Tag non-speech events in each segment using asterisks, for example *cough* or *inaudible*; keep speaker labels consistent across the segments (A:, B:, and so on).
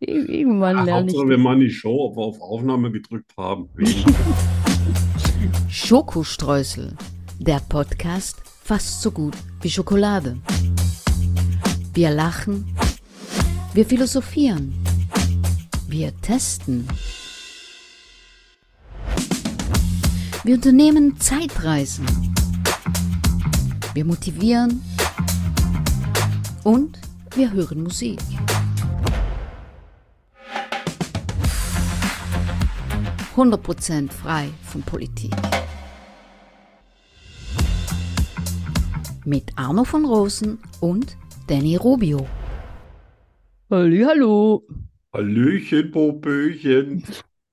A: Irgendwann lerne ich
B: Hauptsache, wir machen die Show, ob wir auf Aufnahme gedrückt haben.
A: *laughs* Schokostreusel, der Podcast fast so gut wie Schokolade. Wir lachen, wir philosophieren, wir testen. Wir unternehmen Zeitreisen. Wir motivieren und wir hören Musik. Prozent frei von Politik. Mit Arno von Rosen und Danny Rubio. Hallo.
B: Hallöchen,
A: *laughs*
B: Popöchen.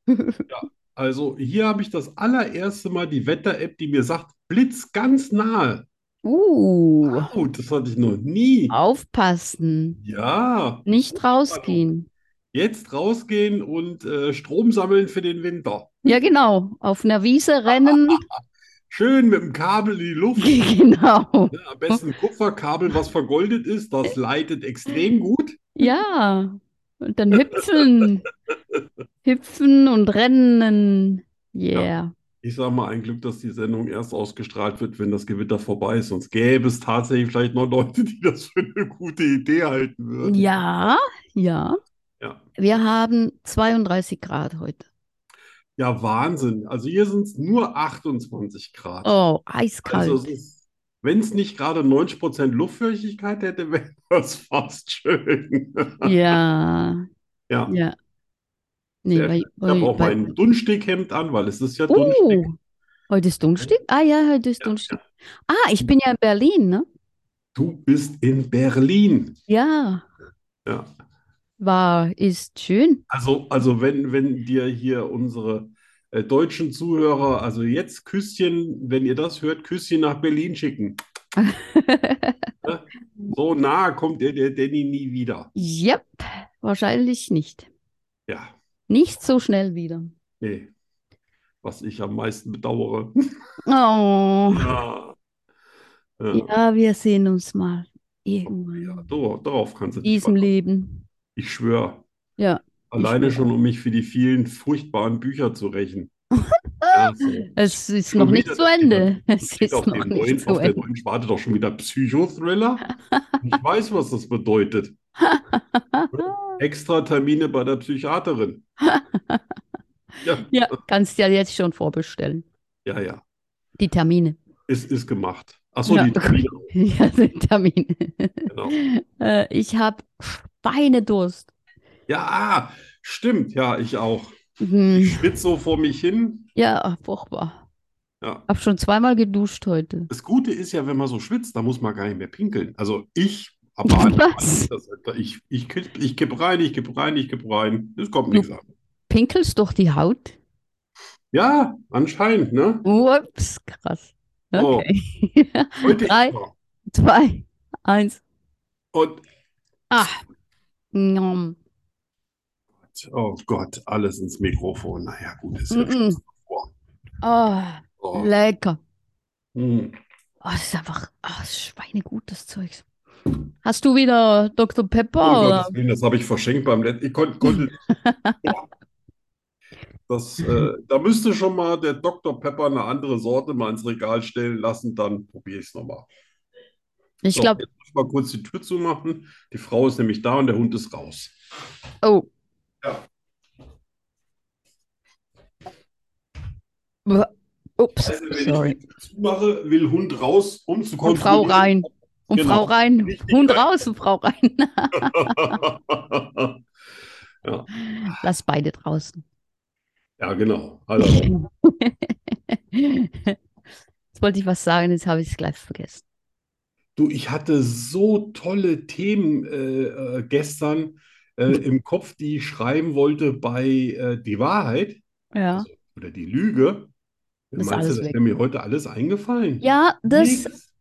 B: ja, also hier habe ich das allererste Mal die Wetter-App, die mir sagt, Blitz ganz nahe.
A: Uh,
B: Wow, das hatte ich noch nie.
A: Ah. aufpassen.
B: Ja,
A: Nicht rausgehen.
B: jetzt rausgehen und äh, Strom sammeln für den Winter.
A: Ja, genau. Auf einer Wiese rennen.
B: *laughs*
A: *laughs*
B: Schön mit dem Kabel in die Luft.
A: genau.
B: Ne, Am besten Kupferkabel, was vergoldet ist.
A: Äh.
B: Das leitet extrem gut.
A: Ja. Und dann hüpfen. hüpfen und rennen. Yeah.
B: Ich sage mal, ein Glück, dass die Sendung erst ausgestrahlt wird, wenn das Gewitter vorbei ist. Sonst gäbe es tatsächlich vielleicht noch Leute, die das für eine gute Idee halten würden.
A: Ja, ja.
B: Ja.
A: Wir haben 32 Grad heute.
B: Ja, Wahnsinn. Also hier sind es nur 28 Grad.
A: Oh,
B: Also es
A: eiskalt.
B: ist, wenn es nicht gerade 90% Luftfeuchtigkeit hätte, *laughs* wäre das fast schön.
A: Ja,
B: Ja,
A: ja. Nee,
B: Sehr
A: bei,
B: ich habe
A: bei-
B: auch
A: bei-
B: mein Dunststickhemd an, weil es ist ja Dunstig.
A: Oh, heute ist Dunstig? Ah ja, heute ist
B: Ja,
A: Dunstig. Ah, ich bin ja in Berlin, ne?
B: Du bist in Berlin.
A: Ja,
B: Ja.
A: war, ist schön.
B: Also, also wenn, wenn dir hier unsere äh, deutschen Zuhörer, also jetzt Küsschen, wenn ihr das hört, Küsschen nach
A: *laughs*
B: Berlin schicken. Ne? So nah kommt ihr der Danny nie wieder.
A: Yep, wahrscheinlich nicht.
B: Ja,
A: Nicht so schnell wieder.
B: nee. Was ich am meisten bedauere. *laughs*
A: Oh,
B: Ja. Ja.
A: ja, wir sehen uns mal
B: Ja,
A: irgendwann
B: dor- darauf kannst du
A: in
B: dich
A: diesem
B: verlassen.
A: Leben.
B: Ich schwöre.
A: Ja,
B: Alleine
A: schwör.
B: schon, um mich für die vielen furchtbaren Bücher zu rächen.
A: *laughs*
B: Ja, so.
A: Es ist
B: Schon
A: noch nicht
B: wieder
A: zu
B: das Thema.
A: Ende. Es
B: Steht
A: ist
B: auf
A: noch
B: den
A: nicht
B: neuen,
A: zu
B: auf der
A: Ende.
B: neuen Sparte doch schon wieder
A: *laughs*
B: Psychothriller. Ich weiß, was das bedeutet. Extra Termine bei der Psychiaterin. Ja,
A: Ja, kannst ja jetzt schon vorbestellen.
B: ja, ja.
A: Die Termine. *laughs*
B: Es ist gemacht. Achso,
A: Ja.
B: die Termine,
A: Ja, die Termine.
B: genau.
A: Äh, ich habe Schweinedurst.
B: Ja, ah, stimmt. Ja, ich auch. Ich
A: Hm,
B: schwitze so vor mich hin.
A: ja, furchtbar.
B: Ja.
A: Hab schon zweimal geduscht heute.
B: Das Gute ist ja, wenn man so schwitzt, da muss man gar nicht mehr pinkeln. Also ich,
A: *laughs*
B: aber
A: Was?
B: das, halt, ich, ich, kipp- ich kipp rein, ich kipp rein, ich kipp rein. Es kommt nichts an.
A: Pinkelst durch die Haut?
B: Ja, anscheinend, ne?
A: Ups, krass.
B: Oh.
A: Okay. *laughs*
B: Heute
A: Drei.
B: immer.
A: Zwei, eins.
B: Und
A: Ah. Nom.
B: oh Gott, alles ins Mikrofon. Naja, gut, ist ja
A: Mm-mm.
B: schon vor.
A: Oh,
B: Oh.
A: lecker.
B: Hm.
A: Oh, das ist einfach oh, Schweinegut, das Zeugs. Hast du wieder Dr.
B: Oh,
A: Pepper?
B: um
A: oder?
B: Gottes Willen, das habe ich verschenkt beim letzten. Ich kon konnte.
A: *laughs*
B: Boah. Das, äh, da müsste schon mal der Dr. Pepper eine andere Sorte mal ins Regal stellen lassen, dann probiere ich es nochmal.
A: Ich
B: So,
A: glaube,
B: jetzt muss ich mal kurz die Tür zumachen. Die Frau ist nämlich da und der Hund ist raus.
A: oh.
B: Ja.
A: Buh. Ups,
B: Also, wenn
A: sorry.
B: ich die Tür zumache, will Hund raus, um zu
A: Und Frau
B: kontrollieren.
A: rein. Und
B: Genau.
A: Frau rein.
B: Richtig
A: Hund
B: rein.
A: raus und Frau rein. *laughs* Lass beide draußen.
B: *laughs* ja, genau. Also,
A: Jetzt wollte ich was sagen, jetzt habe ich es gleich vergessen.
B: du, ich hatte so tolle Themen äh, äh, gestern äh,
A: Mhm.
B: im Kopf, die ich schreiben wollte bei äh, Die Wahrheit
A: Ja,
B: oder Die Lüge.
A: Ist
B: Meinst du,
A: alles
B: das
A: weg.
B: wäre mir heute alles eingefallen?
A: ja das,
B: Nix.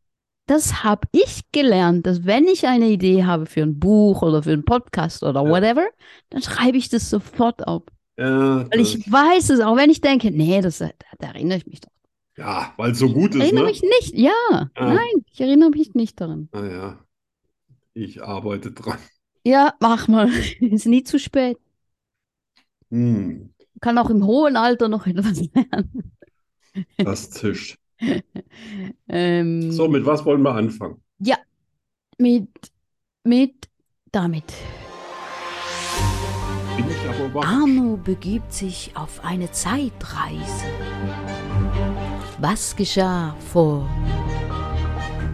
A: das habe ich gelernt, dass wenn ich eine Idee habe für ein Buch oder für einen Podcast oder
B: Ja.
A: whatever, dann schreibe ich das sofort auf.
B: Ja,
A: Weil
B: das-
A: ich weiß es, auch wenn ich denke, nee, das, da, da erinnere ich mich doch.
B: ja, weil es so gut
A: Ich
B: ist,
A: erinnere
B: ne?
A: mich nicht, ja,
B: Ja.
A: nein, ich erinnere mich nicht daran.
B: Naja, ich arbeite dran.
A: Ja, mach mal. *laughs* Ist nie zu spät.
B: Hm,
A: Kann auch im hohen Alter noch *laughs* etwas lernen. *laughs*
B: das zischt.
A: Ähm,
B: So, mit was wollen wir anfangen?
A: mit, mit, damit.
B: Bin ich aber überrascht.
C: Arno begibt sich auf eine Zeitreise. Was geschah vor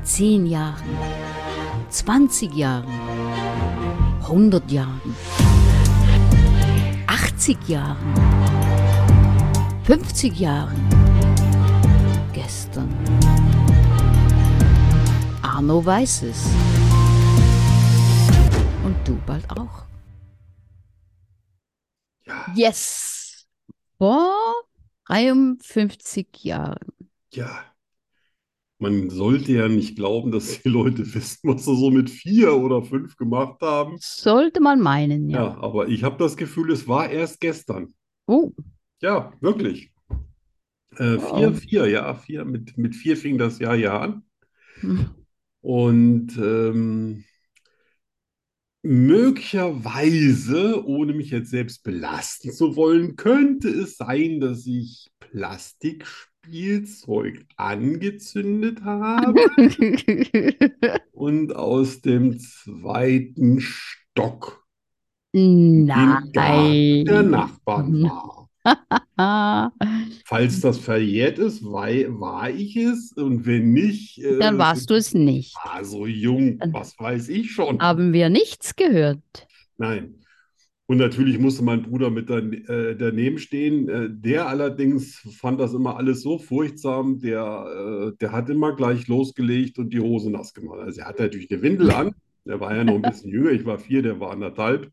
C: 10 Jahren, 20 Jahren, 100 Jahren, 80 Jahren, 50 Jahren, gestern? Arno weiß es. Und du bald auch.
A: Yes! Vor 53 Jahren.
B: Ja, man sollte ja nicht glauben, dass die Leute wissen, was sie so mit vier oder fünf gemacht haben.
A: Sollte man meinen, ja.
B: Ja, aber ich habe das Gefühl, es war erst gestern.
A: Oh,
B: Ja, wirklich. Äh, vier,
A: Wow.
B: vier, ja, vier. Mit, mit vier fing das Jahr ja an.
A: hm,
B: Und ähm, möglicherweise, ohne mich jetzt selbst belasten zu wollen, könnte es sein, dass ich Plastikspielzeug angezündet habe
A: *laughs*
B: und aus dem zweiten Stock im Garten der
A: Nein. Mhm.
B: Nachbarn war.
A: Ah,
B: Falls das verjährt ist, wei- war ich es und wenn nicht, äh,
A: dann warst du es nicht.
B: war so jung,
A: Dann- Ah.
B: was weiß ich schon.
A: Haben wir nichts gehört?
B: Nein. Und natürlich musste mein Bruder mit dann, äh, daneben stehen. Äh, der allerdings fand das immer alles so furchtsam. Der, äh, der hat immer gleich losgelegt und die Hose nass gemacht. Also er hatte natürlich eine Windel an. Der war ja noch ein bisschen jünger. Ich war vier, der war anderthalb.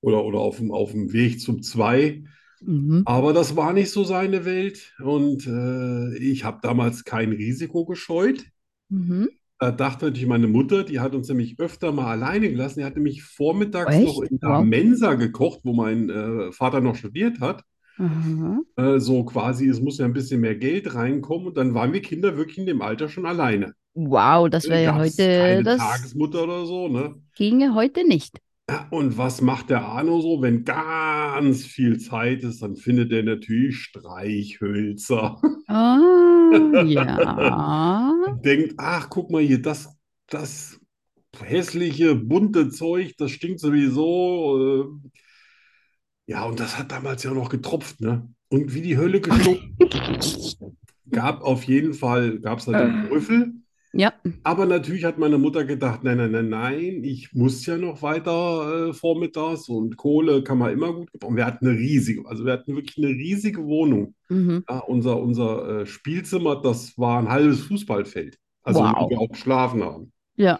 B: Oder, oder auf dem, auf dem Weg zum zwei.
A: Mhm.
B: Aber das war nicht so seine Welt. Und äh, ich habe damals kein Risiko gescheut.
A: Mhm.
B: Da dachte natürlich meine Mutter, die hat uns nämlich öfter mal alleine gelassen. Die hat nämlich vormittags noch
A: Oh, Echt?
B: in der
A: Wow.
B: Mensa gekocht, wo mein äh, Vater noch studiert hat.
A: Aha.
B: Äh, so quasi, es muss ja ein bisschen mehr Geld reinkommen. Und dann waren wir Kinder wirklich in dem Alter schon alleine.
A: Wow, das
B: Äh,
A: wäre ja
B: gab es
A: heute,
B: keine
A: das
B: Tagesmutter oder so, ne?
A: ginge heute nicht.
B: Ja, Und was macht der Arno so, wenn ganz viel Zeit ist? Dann findet er natürlich Streichhölzer. *laughs*
A: Ah, ja.
B: und denkt, ach, guck mal hier, das, das hässliche, bunte Zeug, das stinkt sowieso. ähm. Ja, und das hat damals ja noch getropft, ne? Und wie die Hölle gestunken. Gab auf jeden Fall, gab es natürlich einen Rüffel.
A: Ja.
B: Aber natürlich hat meine Mutter gedacht, nein, nein, nein, nein, ich muss ja noch weiter äh, vormittags und Kohle kann man immer gut gebrauchen. Wir hatten eine riesige, also wir hatten wirklich eine riesige Wohnung.
A: Mhm.
B: Ja, Ah, unser, unser äh, Spielzimmer, das war ein halbes Fußballfeld. Also, wo
A: Wow.
B: wir auch geschlafen haben.
A: Ja.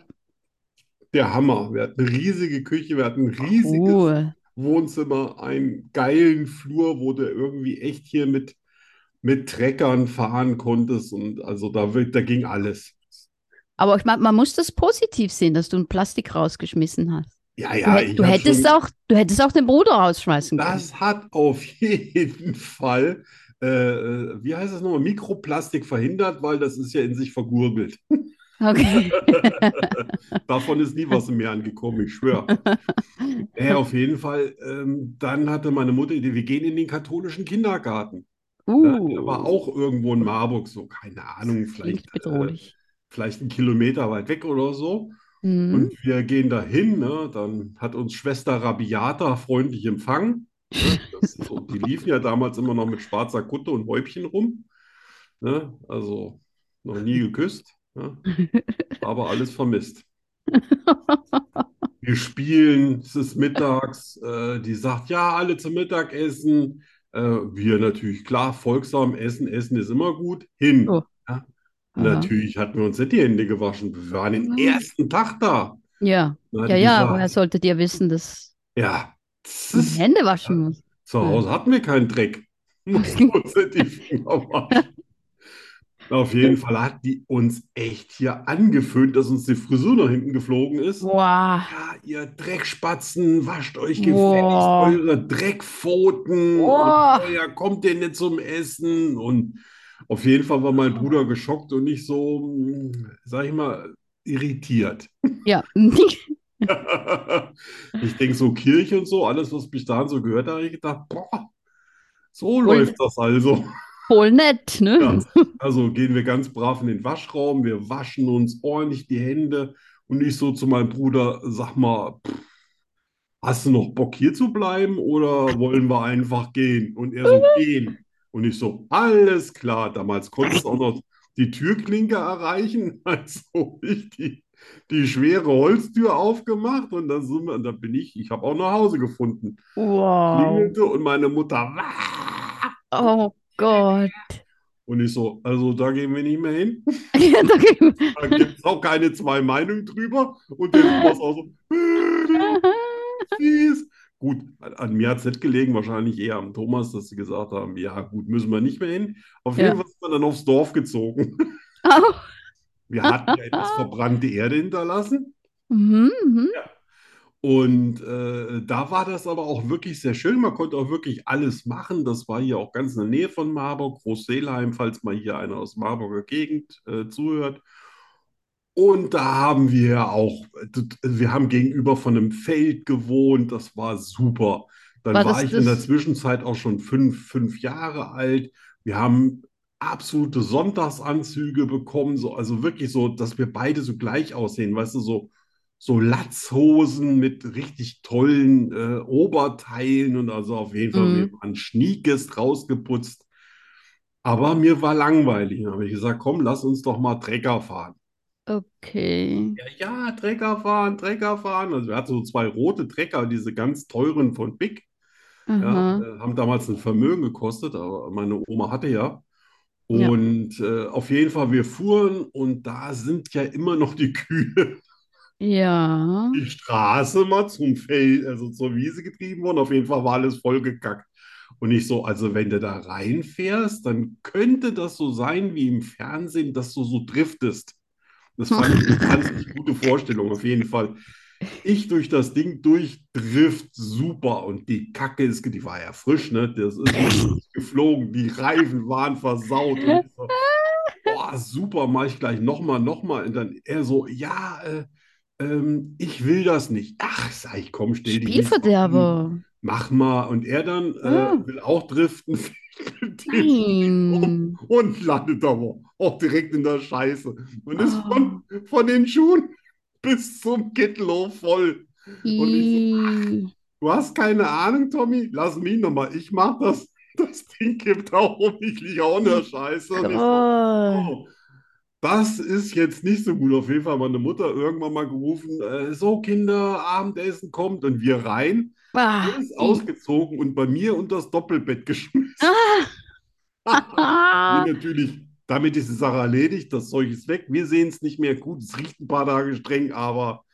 B: Der Hammer. Wir hatten eine riesige Küche, wir hatten ein riesiges
A: Cool.
B: Wohnzimmer, einen geilen Flur, wo du irgendwie echt hier mit, mit Treckern fahren konntest. Und also da, wird- da ging alles.
A: Aber ich meine, man muss das positiv sehen, dass du ein Plastik rausgeschmissen hast.
B: Ja,
A: Du,
B: ja,
A: hätt-
B: ich
A: du
B: hab
A: hättest
B: schon,
A: auch, du hättest auch den Bruder rausschmeißen können.
B: das hat auf *laughs* jeden Fall, äh, äh, wie heißt das nochmal, Mikroplastik verhindert, weil das ist ja in sich vergurgelt.
A: Okay.
B: Davon ist nie was in mir angekommen,
A: *laughs*
B: ich schwöre. Äh, auf jeden Fall, ähm, dann hatte meine Mutter die Idee, wir gehen in den katholischen Kindergarten. *laughs* Ja, der war
A: Uh,
B: auch irgendwo in Marburg, so keine Ahnung, vielleicht,
A: klingt
B: äh,
A: bedrohlich.
B: vielleicht einen Kilometer weit weg oder so.
A: Mhm.
B: äh, Und wir gehen dahin, ne? Dann hat uns Schwester Rabiata freundlich empfangen. Ne? Das, so, die liefen ja damals immer noch mit schwarzer Kutte und Häubchen rum. Ne? Also noch nie geküsst,
A: *laughs*
B: ne? Aber alles vermisst. Wir spielen, es ist mittags, äh, die sagt, ja, alle zum Mittagessen. Äh, wir natürlich, klar, folgsam essen, essen ist immer gut, hin.
A: Oh. Aha.
B: Ja. Natürlich hatten wir uns nicht die Hände gewaschen. Wir waren den
A: Ja.
B: ersten Tag da.
A: Ja,
B: Dann hat
A: ja,
B: die
A: ja, woher
B: gesagt,
A: solltet ihr wissen, dass
B: ja,
A: man
B: tss,
A: die Hände waschen muss?
B: zu Hause hatten wir
A: *laughs*
B: keinen Dreck. Mussten uns nicht die Finger waschen. Auf jeden Fall hat die uns echt hier angeföhnt, dass uns die Frisur nach hinten geflogen ist.
A: Wow.
B: Ja, ihr Dreckspatzen, wascht euch gefälligst
A: Boah.
B: eure Dreckpfoten
A: Boah.
B: und euer kommt ihr nicht zum Essen. Und auf jeden Fall war mein Bruder hm, geschockt und nicht so, mh, sag ich mal, irritiert.
A: Ja. *laughs*
B: *laughs* Ich denke, so Kirche und so, alles, was mich da so gehört, da habe ich gedacht, boah, so
A: Voll-
B: läuft das also.
A: Voll nett, ne?
B: Ja. Also gehen wir ganz brav in den Waschraum, wir waschen uns ordentlich die Hände und ich so zu meinem Bruder, sag mal, pff, hast du noch Bock hier zu bleiben oder wollen wir einfach gehen? Und er so, gehen. Und ich so, alles klar, damals konntest du auch noch die Türklinke erreichen, *laughs* also ich die, die schwere Holztür aufgemacht und dann sind wir, und dann bin ich, ich habe auch nach Hause gefunden.
A: Wow.
B: Klingelte und meine Mutter, "Wah!"
A: Oh Gott. *laughs*
B: und ich so, also da gehen wir nicht mehr hin.
A: Ja, da geht-
B: Da gibt es auch keine zwei Meinungen drüber. Und der Thomas auch so, äh, fies. Gut, an, an mir hat es nicht gelegen, wahrscheinlich eher am Thomas, dass sie gesagt haben, ja gut, müssen wir nicht mehr hin. Auf jeden
A: Ja.
B: Fall sind wir dann aufs Dorf gezogen.
A: *laughs* Au.
B: Wir hatten ja etwas verbrannte Erde hinterlassen.
A: Mhm, mhm.
B: Und äh, da war das aber auch wirklich sehr schön. Man konnte auch wirklich alles machen. Das war hier auch ganz in der Nähe von Marburg, Großseelheim, falls mal hier einer aus Marburger Gegend äh, zuhört. Und da haben wir auch, wir haben gegenüber von einem Feld gewohnt. Das war super. Dann
A: War
B: war
A: das
B: ich in der
A: das-
B: Zwischenzeit auch schon fünf, fünf Jahre alt. Wir haben absolute Sonntagsanzüge bekommen, so, also wirklich so, dass wir beide so gleich aussehen, weißt du, so so Latzhosen mit richtig tollen äh, Oberteilen und also auf jeden Fall,
A: Mhm.
B: wir waren schniekes rausgeputzt. Aber mir war langweilig. Da habe ich gesagt, komm, lass uns doch mal Trecker fahren.
A: Okay.
B: Ja, ja, Trecker fahren, Trecker fahren. Also wir hatten so zwei rote Trecker, diese ganz teuren von Big. Ja,
A: Aha.
B: äh, haben damals ein Vermögen gekostet, aber meine Oma hatte ja.
A: Ja.
B: Und äh, auf jeden Fall, wir fuhren und da sind ja immer noch die *laughs* Kühe
A: Ja.
B: die Straße mal zum Feld, also zur Wiese getrieben worden. Auf jeden Fall war alles vollgekackt. Und ich so, also wenn du da reinfährst, dann könnte das so sein wie im Fernsehen, dass du so driftest. Das fand ich eine wahnsinnig gute Vorstellung, auf jeden Fall. Ich durch das Ding durch, drift super. Und die Kacke ist, ge- die war ja frisch, ne?
A: *laughs*
B: Das ist geflogen, die Reifen waren versaut. Und ich so, boah, super, mache ich gleich nochmal, nochmal. Und dann er so, ja, äh, ähm, ich will das nicht. Ach, sag ich, komm, stell dich nicht so an.
A: Spielverderber.
B: Mach mal. Und er dann äh,
A: Ah.
B: will auch driften, *laughs* fällt mit dem
A: Nein.
B: und landet aber auch direkt in der Scheiße. Und ist
A: Oh.
B: von, von den Schuhen bis zum Kittel hoch voll. *laughs* Und ich
A: I.
B: Du hast keine Ahnung, Tommy? Lass mich nochmal. Ich mach das. Das Ding gibt auch um. Ich liege auch in der Scheiße. Und ich so,
A: Gott.
B: Oh, das ist jetzt nicht so gut. Auf jeden Fall hat meine Mutter irgendwann mal gerufen, äh, so Kinder, Abendessen kommt und wir rein.
A: Ah,
B: Er ist
A: I.
B: ausgezogen und bei mir unter
A: *laughs*
B: das Doppelbett geschmissen. *laughs*
A: Ah.
B: Nee, natürlich, damit ist die Sache erledigt, das Zeug ist weg. Wir sehen es nicht mehr gut. Es riecht ein paar Tage streng, aber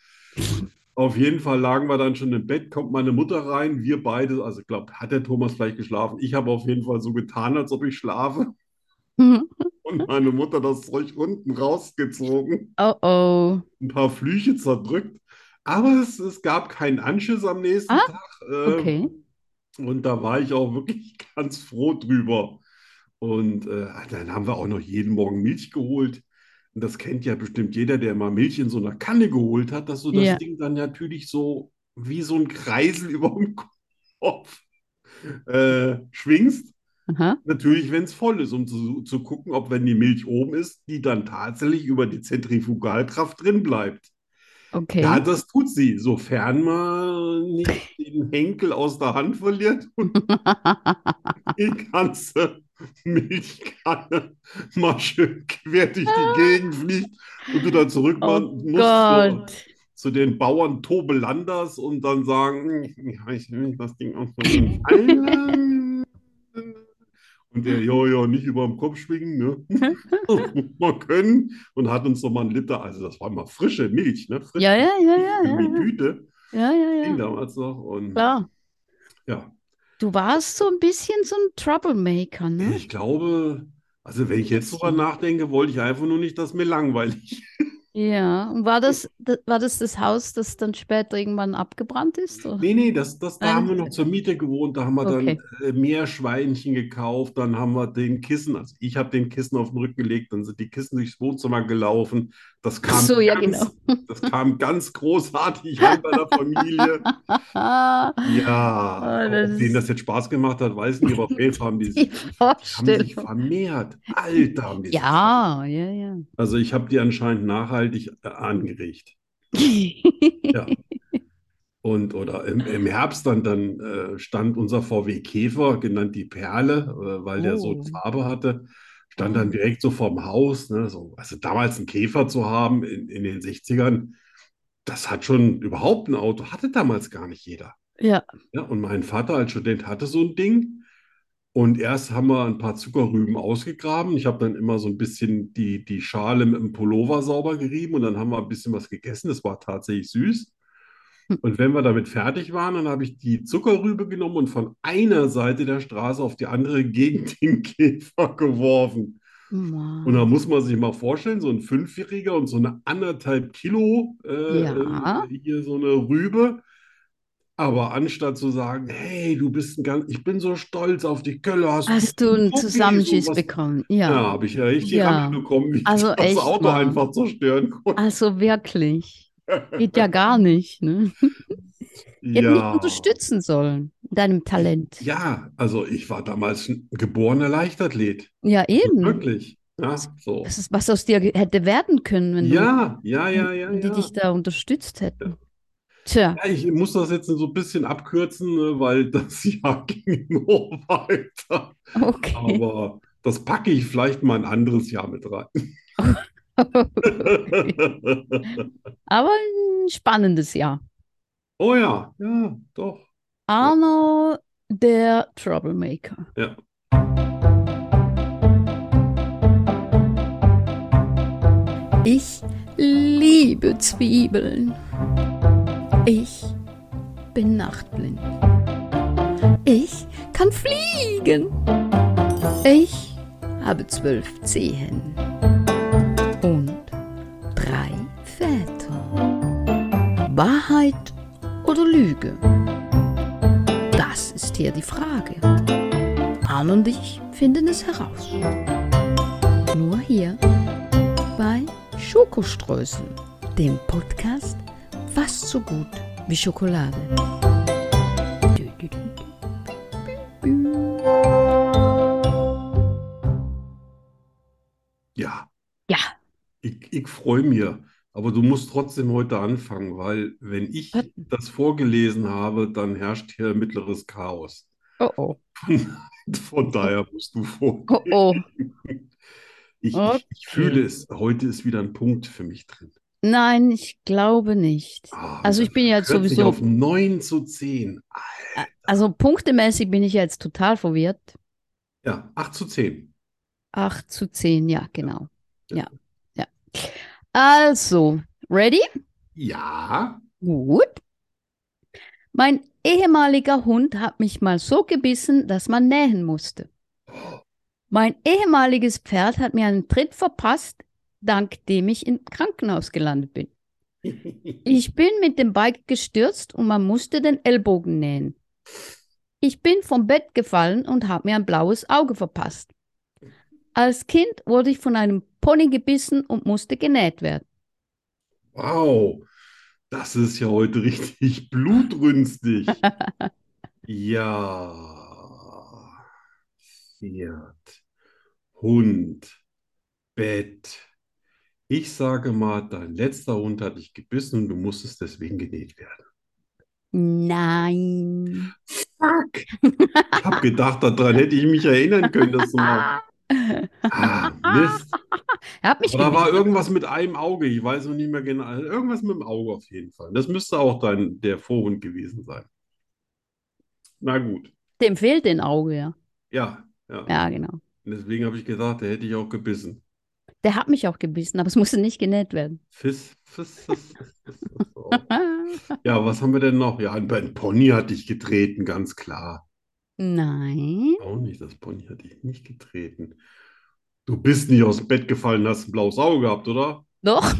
B: auf jeden Fall lagen wir dann schon im Bett. Kommt meine Mutter rein, wir beide. Also, ich glaube, hat der Thomas vielleicht geschlafen? Ich habe auf jeden Fall so getan, als ob ich schlafe.
A: Hm.
B: Und meine Mutter das Zeug unten rausgezogen.
A: Oh oh.
B: ein paar Flüche zerdrückt. Aber es, es gab keinen Anschiss am nächsten
A: Ah,
B: Tag. äh,
A: Okay.
B: Und da war ich auch wirklich *laughs* ganz froh drüber. Und äh, dann haben wir auch noch jeden Morgen Milch geholt. Und das kennt ja bestimmt jeder, der mal Milch in so einer Kanne geholt hat, dass du das
A: Ja.
B: Ding dann natürlich so wie so ein Kreisel *laughs* über dem Kopf äh, schwingst.
A: Aha.
B: Natürlich, wenn es voll ist, um zu, zu gucken, ob wenn die Milch oben ist, die dann tatsächlich über die Zentrifugalkraft drin bleibt. Ja,
A: Okay.
B: das tut sie, sofern man
A: *laughs*
B: nicht den Henkel aus der Hand verliert und die ganze Milchkanne mal schön quer durch die
A: *laughs*
B: Gegend fliegt und du dann zurück
A: Oh
B: musst zu,
A: Gott.
B: zu den Bauern Tobelanders und dann sagen, ja, ich will das Ding auch so fallen
A: *laughs*
B: lassen. Und der Jojo nicht über dem Kopf schwingen, ne?
A: *laughs*
B: *laughs* Das muss man können. Und hat uns nochmal einen Liter, also das war mal frische Milch, ne? Frische
A: Ja, ja, ja, ja, ja,
B: in die *laughs*
A: ja.
B: Tüte,
A: Ja, ja,
B: ging
A: ja.
B: damals noch. Und
A: Klar.
B: ja,
A: Du warst so ein bisschen so ein Troublemaker, ne?
B: Hm. ich glaube, also wenn ich jetzt drüber
A: Bisschen.
B: nachdenke, wollte ich einfach nur nicht, dass mir langweilig
A: Ja, und war das, da- war das das Haus, das dann später irgendwann abgebrannt ist? Oder?
B: Nee, nee, das, das, da
A: Ah,
B: haben wir noch zur Miete gewohnt, da haben wir dann
A: Okay.
B: äh, Meerschweinchen gekauft, dann haben wir den Kissen, also ich habe den Kissen auf den Rücken gelegt, dann sind die Kissen durchs Wohnzimmer gelaufen. Das
A: Ach
B: kam
A: so, ja, genau.
B: ganz, *laughs* das kam ganz großartig an bei der
A: *laughs*
B: Familie. *laughs* Ja,
A: Ah, das
B: ob denen
A: ist
B: das jetzt Spaß gemacht hat, weiß nicht, aber auf jeden Fall haben
A: *laughs*
B: die,
A: die
B: haben sich
A: Vorstellung.
B: vermehrt. Alter, haben die sich
A: Ja, ja, ja. *laughs*
B: vermehrt. Also ich habe die anscheinend nachhaltig äh, angeregt. Ja. Und oder im, im Herbst dann, dann äh, stand unser VW Käfer, genannt die Perle, äh, weil der so
A: Oh.
B: Farbe hatte, stand dann direkt so vorm Haus. Ne, so, also damals einen Käfer zu haben in, in den 60ern, das hat schon überhaupt ein Auto, hatte damals gar nicht jeder.
A: Ja,
B: Ja, und mein Vater als Student hatte so ein Ding. Und erst haben wir ein paar Zuckerrüben ausgegraben. Ich habe dann immer so ein bisschen die, die Schale mit dem Pullover sauber gerieben und dann haben wir ein bisschen was gegessen. Das war tatsächlich süß.
A: Hm.
B: Und wenn wir damit fertig waren, dann habe ich die Zuckerrübe genommen und von einer Seite der Straße auf die andere gegen den Käfer geworfen. Und da
A: Mann.
B: muss man sich mal vorstellen, so ein Fünfjähriger und so eine anderthalb Kilo äh,
A: Ja.
B: äh, hier so eine Rübe. Aber anstatt zu sagen, hey, du bist ein ganz, ich bin so stolz auf dich, Kölle, hast
A: Hast du einen
B: Guck, wie
A: Zusammenschiss
B: sowas-
A: bekommen?
B: Ja,
A: Ja.
B: habe ich ja richtig die
A: Ja.
B: Ramme bekommen, wie
A: Also
B: ich das
A: echt
B: Auto
A: mal.
B: einfach zerstören konnte.
A: Also wirklich. Geht ja gar nicht, ne? Die hätten dich
B: Ja.
A: unterstützen sollen, in deinem Talent.
B: Ja, also ich war damals ein geborener Leichtathlet.
A: Ja, eben.
B: Wirklich. Ja, so.
A: Das ist was aus dir ge- hätte werden können, wenn du,
B: Ja, ja, ja, ja,
A: wenn die
B: ja.
A: dich da unterstützt hätten. Tja,
B: Ja, ich muss das jetzt so ein bisschen abkürzen, ne, weil *laughs* das Jahr ging nur weiter.
A: okay.
B: Aber das packe ich vielleicht mal ein anderes Jahr mit
A: *laughs*
B: rein.
A: Aber ein spannendes Jahr.
B: Oh ja, ja, doch.
A: Arno, der Troublemaker.
B: Ja.
C: Ich liebe Zwiebeln. Ich
A: Bin nachtblind.
C: Ich kann fliegen. Ich habe zwölf Zehen und drei Väter. Wahrheit oder Lüge? Das ist hier die Frage. Arne und ich finden es heraus. Nur hier bei Schokoströßen, dem Podcast fast so gut wie Schokolade. Dü, dü, dü.
B: Ja,
A: Ja.
B: ich, ich freue mich. Aber du musst trotzdem heute anfangen, weil wenn ich das vorgelesen habe, dann herrscht hier mittleres Chaos.
A: Oh oh.
B: Von daher musst du vor.
A: Oh oh.
B: Ich, ich, ich fühle es, heute ist wieder ein Punkt für mich drin.
A: Nein, ich glaube nicht.
B: Ah,
A: Also ich bin ja jetzt
B: plötzlich
A: sowieso,
B: auf 9 zu 10. Ah,
A: also punktemäßig bin ich ja jetzt total verwirrt.
B: Ja, 8 zu 10.
A: 8 zu 10, ja, genau.
B: Ja.
A: Ja, ja. Also, ready?
B: Ja,
A: *laughs* Gut. Mein ehemaliger Hund hat mich mal so gebissen, dass man nähen musste. Mein ehemaliges Pferd hat mir einen Tritt verpasst, dank dem ich im Krankenhaus gelandet bin. Ich bin mit dem Bike gestürzt und man musste den Ellbogen nähen. Ich bin vom Bett gefallen und habe mir ein blaues Auge verpasst. Als Kind wurde ich von einem Pony gebissen und musste genäht werden.
B: wow. Das ist ja heute richtig *laughs* blutrünstig. Ja. Pferd, Hund, Bett. Ich sage mal, dein letzter Hund hat dich gebissen und du musstest deswegen genäht werden.
A: Nein.
B: Fuck. Ich habe gedacht, daran hätte ich mich erinnern können, dass du mal.
A: *laughs*
B: Ah, Mist.
A: Er hat mich
B: Aber da
A: *laughs*
B: war
A: gebissen.
B: irgendwas mit einem Auge, ich weiß noch nicht mehr genau. Also Irgendwas mit dem Auge auf jeden Fall. Das müsste auch dein, der Vorhund gewesen sein. Na gut,
A: Dem fehlt ein Auge, ja.
B: ja, ja.
A: Ja, genau.
B: Deswegen habe ich gedacht, der hätte ich auch gebissen.
A: Der hat mich auch gebissen, aber es musste nicht genäht werden. Ah.
B: Fiss, fiss, fiss, fiss, fiss, fiss. Oh. *laughs* Ja, was haben wir denn noch? Ja, ein Pony hat dich getreten, ganz klar.
A: Nein.
B: Auch nicht, das Pony hat dich nicht getreten. Du bist nicht aus dem Bett gefallen, hast ein blaues Auge gehabt, oder?
A: Doch.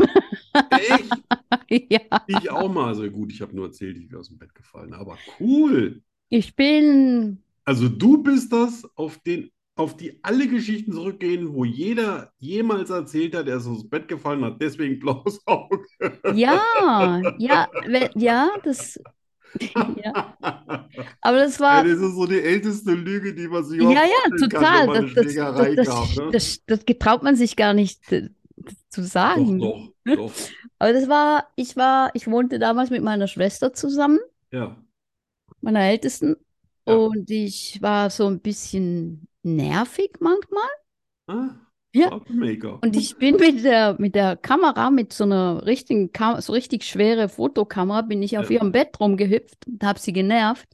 A: *laughs* ja.
B: Ich auch mal. So gut, ich habe nur erzählt, ich wäre aus dem Bett gefallen. Aber cool.
A: Ich bin.
B: Also du bist das, auf den, auf die alle Geschichten zurückgehen, wo jeder jemals erzählt hat, er ist aus dem Bett gefallen, hat deswegen blaues Auge. *laughs*
A: Ja, ja, we- ja, das. *laughs* ja. Aber das war.
B: Ey, das ist so die älteste Lüge, die man sich
A: Ja,
B: überhaupt
A: ja,
B: vorstellen
A: total.
B: kann, wenn man eine
A: Das, das,
B: Schlägerei
A: das, das,
B: gab, ne?
A: das, das getraut man sich gar nicht äh, zu sagen.
B: Doch, doch, doch.
A: Aber das war, ich war, ich wohnte damals mit meiner Schwester zusammen,
B: Ja,
A: meiner Ältesten.
B: Ja.
A: Und ich war so ein bisschen nervig manchmal.
B: ah,
A: Ja.
B: Troublemaker.
A: Und ich bin mit der, mit der Kamera, mit so einer richtigen, Kam so richtig schwere Fotokamera, bin ich auf
B: Ja.
A: ihrem Bett rumgehüpft und habe sie genervt.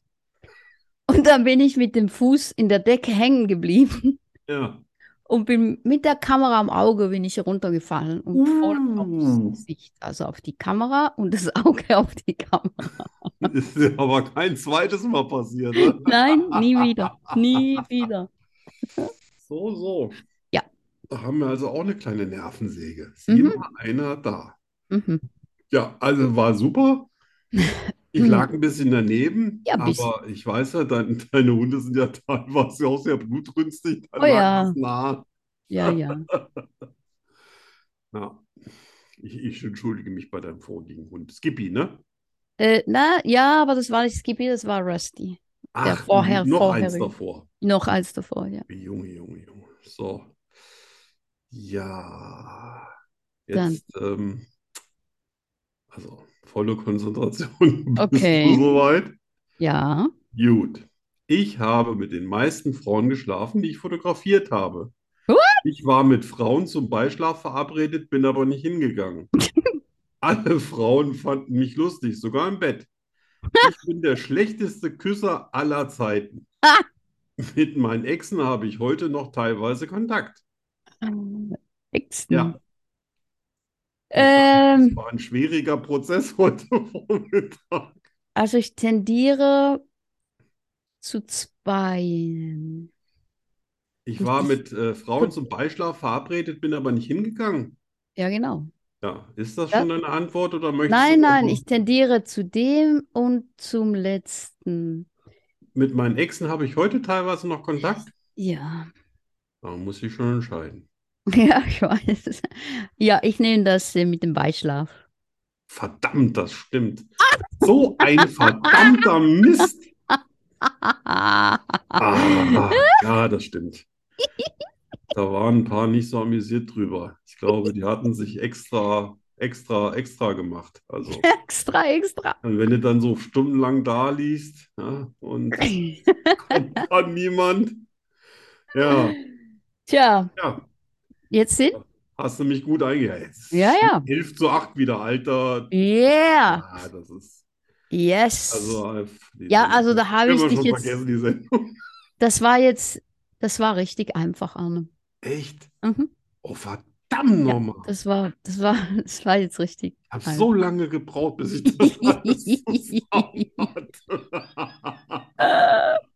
A: Und dann bin ich mit dem Fuß in der Decke hängen geblieben *laughs*
B: Ja. *laughs*
A: und bin mit der Kamera am Auge bin ich runtergefallen und voll
B: Uh.
A: aufs Gesicht, also auf die Kamera und das *laughs* Auge auf die Kamera.
B: Das ist ja aber kein zweites Mal passiert.
A: *laughs*
B: Ne?
A: Nein, nie wieder, nie wieder.
B: So, so.
A: Ja.
B: Da haben wir also auch eine kleine Nervensäge. Ist immer einer da.
A: Mhm.
B: Ja, also war super. Ich
A: Hm.
B: lag ein bisschen daneben,
A: Ja, ein bisschen.
B: aber ich weiß ja, dein, deine Hunde sind ja *laughs* teilweise auch sehr blutrünstig. Dann
A: Oh
B: lag
A: ja.
B: das nah.
A: Ja, ja.
B: Ja. Ich, ich entschuldige mich bei deinem vorigen Hund. Skippy, ne?
A: Äh, na, ja, aber das war nicht Skippy, das war Rusty.
B: Ach,
A: vorher-
B: noch eins
A: vorherige.
B: davor.
A: Noch eins davor, ja.
B: Junge, Junge, Junge. So. Ja.
A: Dann.
B: Jetzt, ähm, also volle Konzentration. *laughs* Bist
A: Okay.
B: du soweit?
A: Ja.
B: Gut. Ich habe mit den meisten Frauen geschlafen, die ich fotografiert habe.
A: What?
B: Ich war mit Frauen zum Beischlaf verabredet, bin aber
A: *laughs*
B: nicht hingegangen. Alle Frauen fanden mich lustig, sogar im Bett. Ich bin der schlechteste Küsser aller Zeiten.
A: Ah.
B: Mit meinen Exen habe ich heute noch teilweise Kontakt.
A: Äxten.
B: Ja. Das
A: Ähm,
B: war ein schwieriger Prozess heute Vormittag.
A: also ich tendiere zu zweien.
B: Ich war mit äh, Frauen zum Beischlaf verabredet, bin aber nicht hingegangen.
A: Ja, genau.
B: Ja, ist das
A: Ja.
B: schon deine Antwort oder möchtest
A: Nein,
B: du
A: nein,
B: noch-
A: ich tendiere zu dem und zum letzten.
B: mit meinen Exen habe ich heute teilweise noch Kontakt?
A: Ja. *laughs*
B: Da muss ich schon entscheiden.
A: Ja, ich weiß. Ja, ich nehme das äh, mit dem Beischlaf.
B: Verdammt,
A: *laughs*
B: das stimmt. So ein verdammter Mist. Ah, ja, das stimmt. Da waren ein paar nicht so amüsiert drüber. Ich glaube, die hatten sich extra, extra, extra gemacht. Also,
A: Extra,
B: *laughs*
A: extra.
B: und wenn du dann so stundenlang da liest, ja, und kommt an niemand. Ja,
A: Tja,
B: ja,
A: jetzt sind.
B: hast du mich gut eingeheizt.
A: Ja,
B: *laughs*
A: ja.
B: 11 zu 8 wieder, Alter.
A: Yeah.
B: Ah, das ist,
A: Yes.
B: also, äh, die
A: Ja,
B: Sendung-
A: also da habe
B: können
A: ich dich
B: wir schon
A: jetzt.
B: vergessen, die Sendung. *laughs*
A: Das war jetzt, das war richtig einfach, Arne.
B: Echt?
A: Mhm.
B: Oh, verdammt
A: Ja,
B: nochmal.
A: das war, das war, *laughs* das war jetzt richtig.
B: habe
A: Nein.
B: so lange gebraucht, bis ich
A: *laughs*
B: das alles zusammen hatte. *laughs*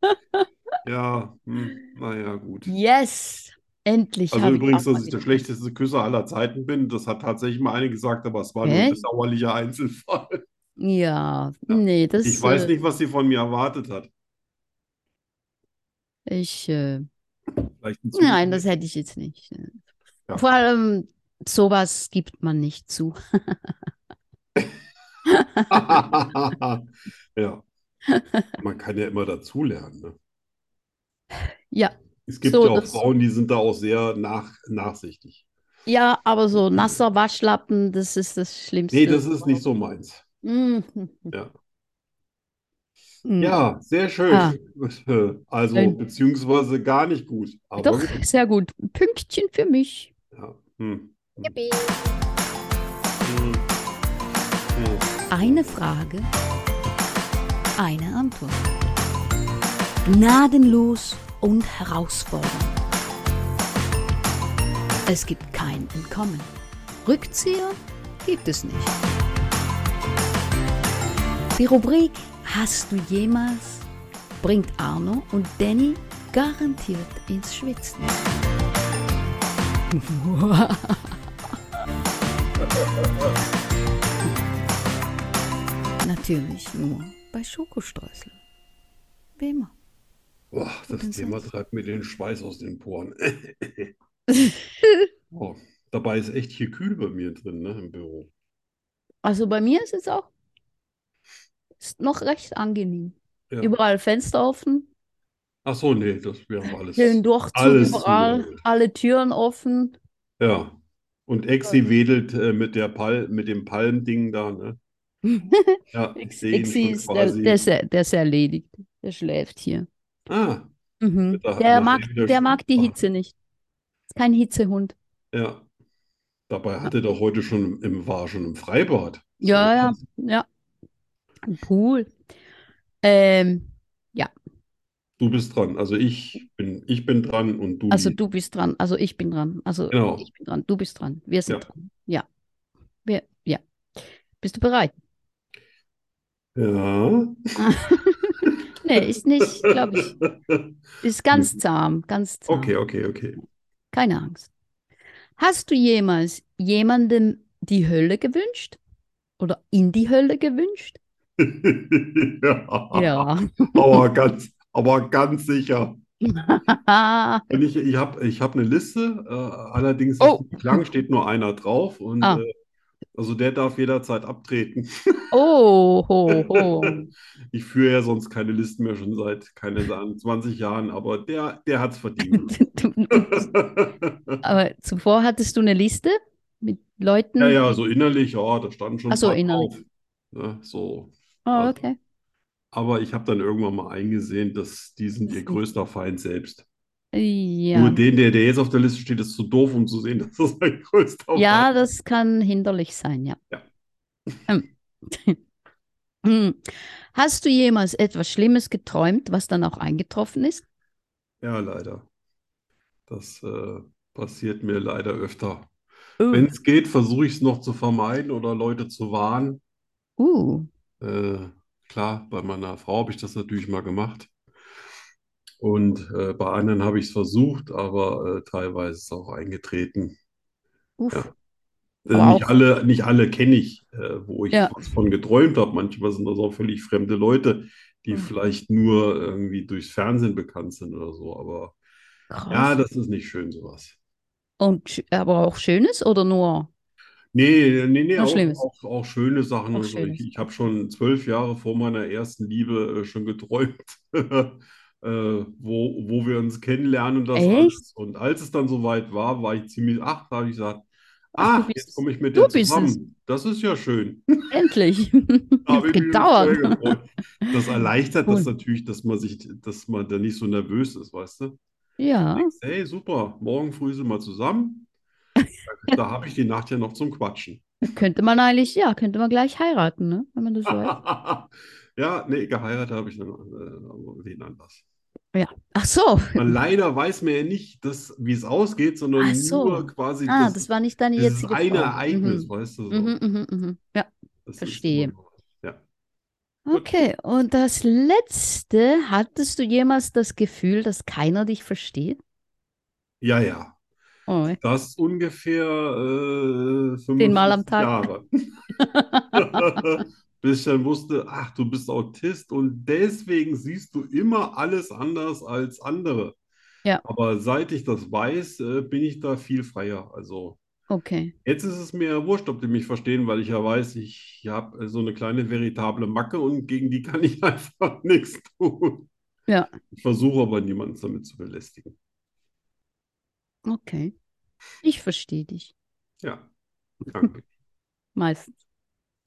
B: Ja, hm, naja, gut.
A: Yes, endlich
B: Also
A: habe ich
B: übrigens,
A: auch mal
B: dass ich der
A: wieder-
B: schlechteste Küsser aller Zeiten bin, das hat tatsächlich mal eine gesagt, aber es war nur ein
A: Echt?
B: bedauerlicher Einzelfall.
A: Ja, nee, das,
B: Ich weiß
A: äh,
B: nicht, was sie von mir erwartet hat.
A: ich, äh,
B: Vielleicht ein zu
A: nein, das hätte ich jetzt nicht. ne.
B: Ja.
A: Vor allem sowas gibt man nicht zu.
B: *laughs* Ja. Man kann ja immer dazulernen, ne?
A: Ja,
B: Es gibt
A: So,
B: ja auch
A: das-
B: Frauen, die sind da auch sehr nach, nachsichtig.
A: ja, aber so nasser Waschlappen, das ist das Schlimmste.
B: Nee, das ist nicht so meins.
A: Mhm.
B: Ja.
A: Mhm.
B: Ja, sehr schön.
A: Ah.
B: *laughs* Also,
A: Schön.
B: beziehungsweise gar nicht gut. Aber
A: Doch,
B: gut.
A: sehr gut. Pünktchen für mich.
B: Ja. Hm.
A: Yippie.
B: Hm. Hm.
C: Eine Frage, eine Antwort. Gnadenlos und herausfordernd. Es gibt kein Entkommen. Rückzieher gibt es nicht. Die Rubrik Hast du jemals bringt Arno und Danny garantiert ins Schwitzen. Natürlich nur bei Schokostreuseln. Wie immer.
B: Boah, das
C: Guten
B: Thema
C: Satz.
B: treibt mir den Schweiß aus den
A: *laughs*
B: Poren. oh, dabei ist echt hier kühl bei mir drin, ne, im Büro.
A: Also bei mir ist es auch ist noch recht angenehm.
B: Ja.
A: Überall Fenster offen,
B: Ach so, nee, das wir haben alles.
A: den Durchzug
B: alles
A: überall,
B: zugehört.
A: alle Türen offen.
B: Ja. Und Exi wedelt äh, mit der Pal mit dem Palmding da,
A: *laughs*
B: ne? Ja, ich sehe ihn
A: Dixie
B: schon
A: ist der,
B: quasi.
A: der, ist, der ist erledigt. Der schläft hier.
B: Ah,
A: Mhm.
B: Da hat
A: Der
B: man
A: mag,
B: eh wieder
A: der mag die
B: Spaß.
A: Hitze nicht. Ist kein Hitzehund.
B: ja. Dabei hatte doch heute schon im, war schon im Freibad. Also,
A: Ja, ja, ja. Im Pool. Ähm,
B: Du bist dran. Also ich bin, ich bin dran und du.
A: also
B: liest.
A: du bist dran. Also ich bin dran. Also
B: Mhm. Genau.
A: ich bin dran. Du bist dran. Wir sind
B: Ja.
A: dran. Ja. Wir, ja. Bist du bereit?
B: Ja.
A: Nee, ist nicht, glaube ich. Ist ganz zahm, ganz zahm.
B: *laughs* Okay, okay, okay.
A: Keine Angst. Hast du jemals jemandem die Hölle gewünscht? Oder in die Hölle gewünscht?
B: Ja.
A: Ja.
B: *laughs*
A: *laughs*
B: Aber ganz, aber ganz sicher.
A: Ah,
B: Und ich, ich habe ich hab eine Liste, äh, allerdings ist
A: Oh.
B: die lang steht nur einer drauf und
A: Ah.
B: äh, also der darf jederzeit abtreten.
A: oh, ho, ho.
B: Ich führe ja sonst keine Listen mehr schon seit, keine Ahnung, 20 Jahren, aber der, der
A: *laughs*
B: hat's verdient.
A: Aber zuvor hattest du eine Liste mit Leuten?
B: Ja, ja, so innerlich, ja, da standen schon ein
A: Ach so,
B: paar
A: innerlich.
B: drauf. Ne, so.
A: Oh, okay.
B: Aber ich habe dann irgendwann mal eingesehen, dass die sind ihr
A: Hm.
B: größter Feind selbst. Nur
A: Ja.
B: den, der, der jetzt auf der Liste steht, ist zu doof, um zu sehen, *laughs* dass das sein größter
A: Ja,
B: Feind ist.
A: das kann hinderlich sein, ja.
B: Ja.
A: Ähm. *laughs* Hm. Hast du jemals etwas Schlimmes geträumt, was dann auch eingetroffen ist?
B: Ja, leider. Das äh, passiert mir leider öfter.
A: Uh.
B: Wenn es geht, versuche ich es noch zu vermeiden oder Leute zu warnen.
A: Uh.
B: Äh, klar, bei meiner Frau habe ich das natürlich mal gemacht. Und äh, bei anderen habe ich es versucht, aber äh, teilweise ist es auch eingetreten.
A: Uff.
B: Ja. Äh,
A: Aber
B: nicht
A: auch-
B: alle, nicht alle kenne ich, äh, wo ich
A: Ja.
B: was von geträumt habe. Manchmal sind das auch völlig fremde Leute, die
A: Mhm.
B: vielleicht nur irgendwie durchs Fernsehen bekannt sind oder so. Aber ja,
A: Krass.
B: das ist nicht schön, sowas.
A: Und sch- aber auch Schönes oder nur?
B: Nee, nee, nee,
A: Nur
B: auch,
A: Schlimmes.
B: auch, auch schöne Sachen
A: Auch
B: und so. Ich,
A: Schönes.
B: ich habe schon zwölf Jahre vor meiner ersten Liebe äh, schon geträumt, *laughs* äh, wo, wo wir uns kennenlernen und das
A: Echt?
B: alles. Und als es dann soweit war, war ich ziemlich, ach, da habe ich gesagt,
A: Ach, du
B: ach,
A: bist
B: jetzt
A: es.
B: komme ich mit
A: Du
B: der
A: bist es.
B: zusammen. Das ist ja
A: *laughs*
B: schön.
A: Endlich.
B: Da habe ich mich schon
A: Gedauert.
B: sehr gefreut.
A: *laughs*
B: Das erleichtert das
A: Cool.
B: natürlich, dass man sich, dass man da nicht so nervös ist, weißt du?
A: Ja.
B: Denkst, hey, super, morgen früh sind wir zusammen. Da, da habe ich die Nacht ja noch zum Quatschen.
A: Könnte man eigentlich, ja, könnte man gleich heiraten, ne? Wenn man das weiß.
B: *laughs* Ja, nee, geheiratet habe ich dann äh, aber wen anders.
A: Ach so.
B: Aber leider weiß man ja nicht, dass, wie es ausgeht,
A: Ach
B: sondern
A: so.
B: nur quasi
A: Ah,
B: das,
A: das war nicht deine
B: dieses
A: jetzige
B: eine
A: Frau.
B: Ereignis,
A: Mhm.
B: weißt du so.
A: Mhm, mhm, mhm. Ja,
B: Das ist
A: verstehe.
B: immer so. Ja.
A: okay. Und das letzte, hattest du jemals das Gefühl, dass keiner dich versteht?
B: Ja, ja.
A: Oh, ja.
B: Das ungefähr äh,
A: Zehnmal am
B: 55 Jahre. *laughs* Bis ich dann wusste, ach, du bist Autist und deswegen siehst du immer alles anders als andere.
A: Ja.
B: Aber seit ich das weiß, äh, bin ich da viel freier. Also.
A: Okay.
B: Jetzt ist es mir ja wurscht, ob die mich verstehen, weil ich ja weiß, ich habe so eine kleine veritable Macke und gegen die kann ich *laughs* einfach nichts tun.
A: Ja.
B: Ich versuche aber niemanden damit zu belästigen.
A: Okay. Ich verstehe dich.
B: Ja,
A: *laughs*
B: danke.
A: Meistens.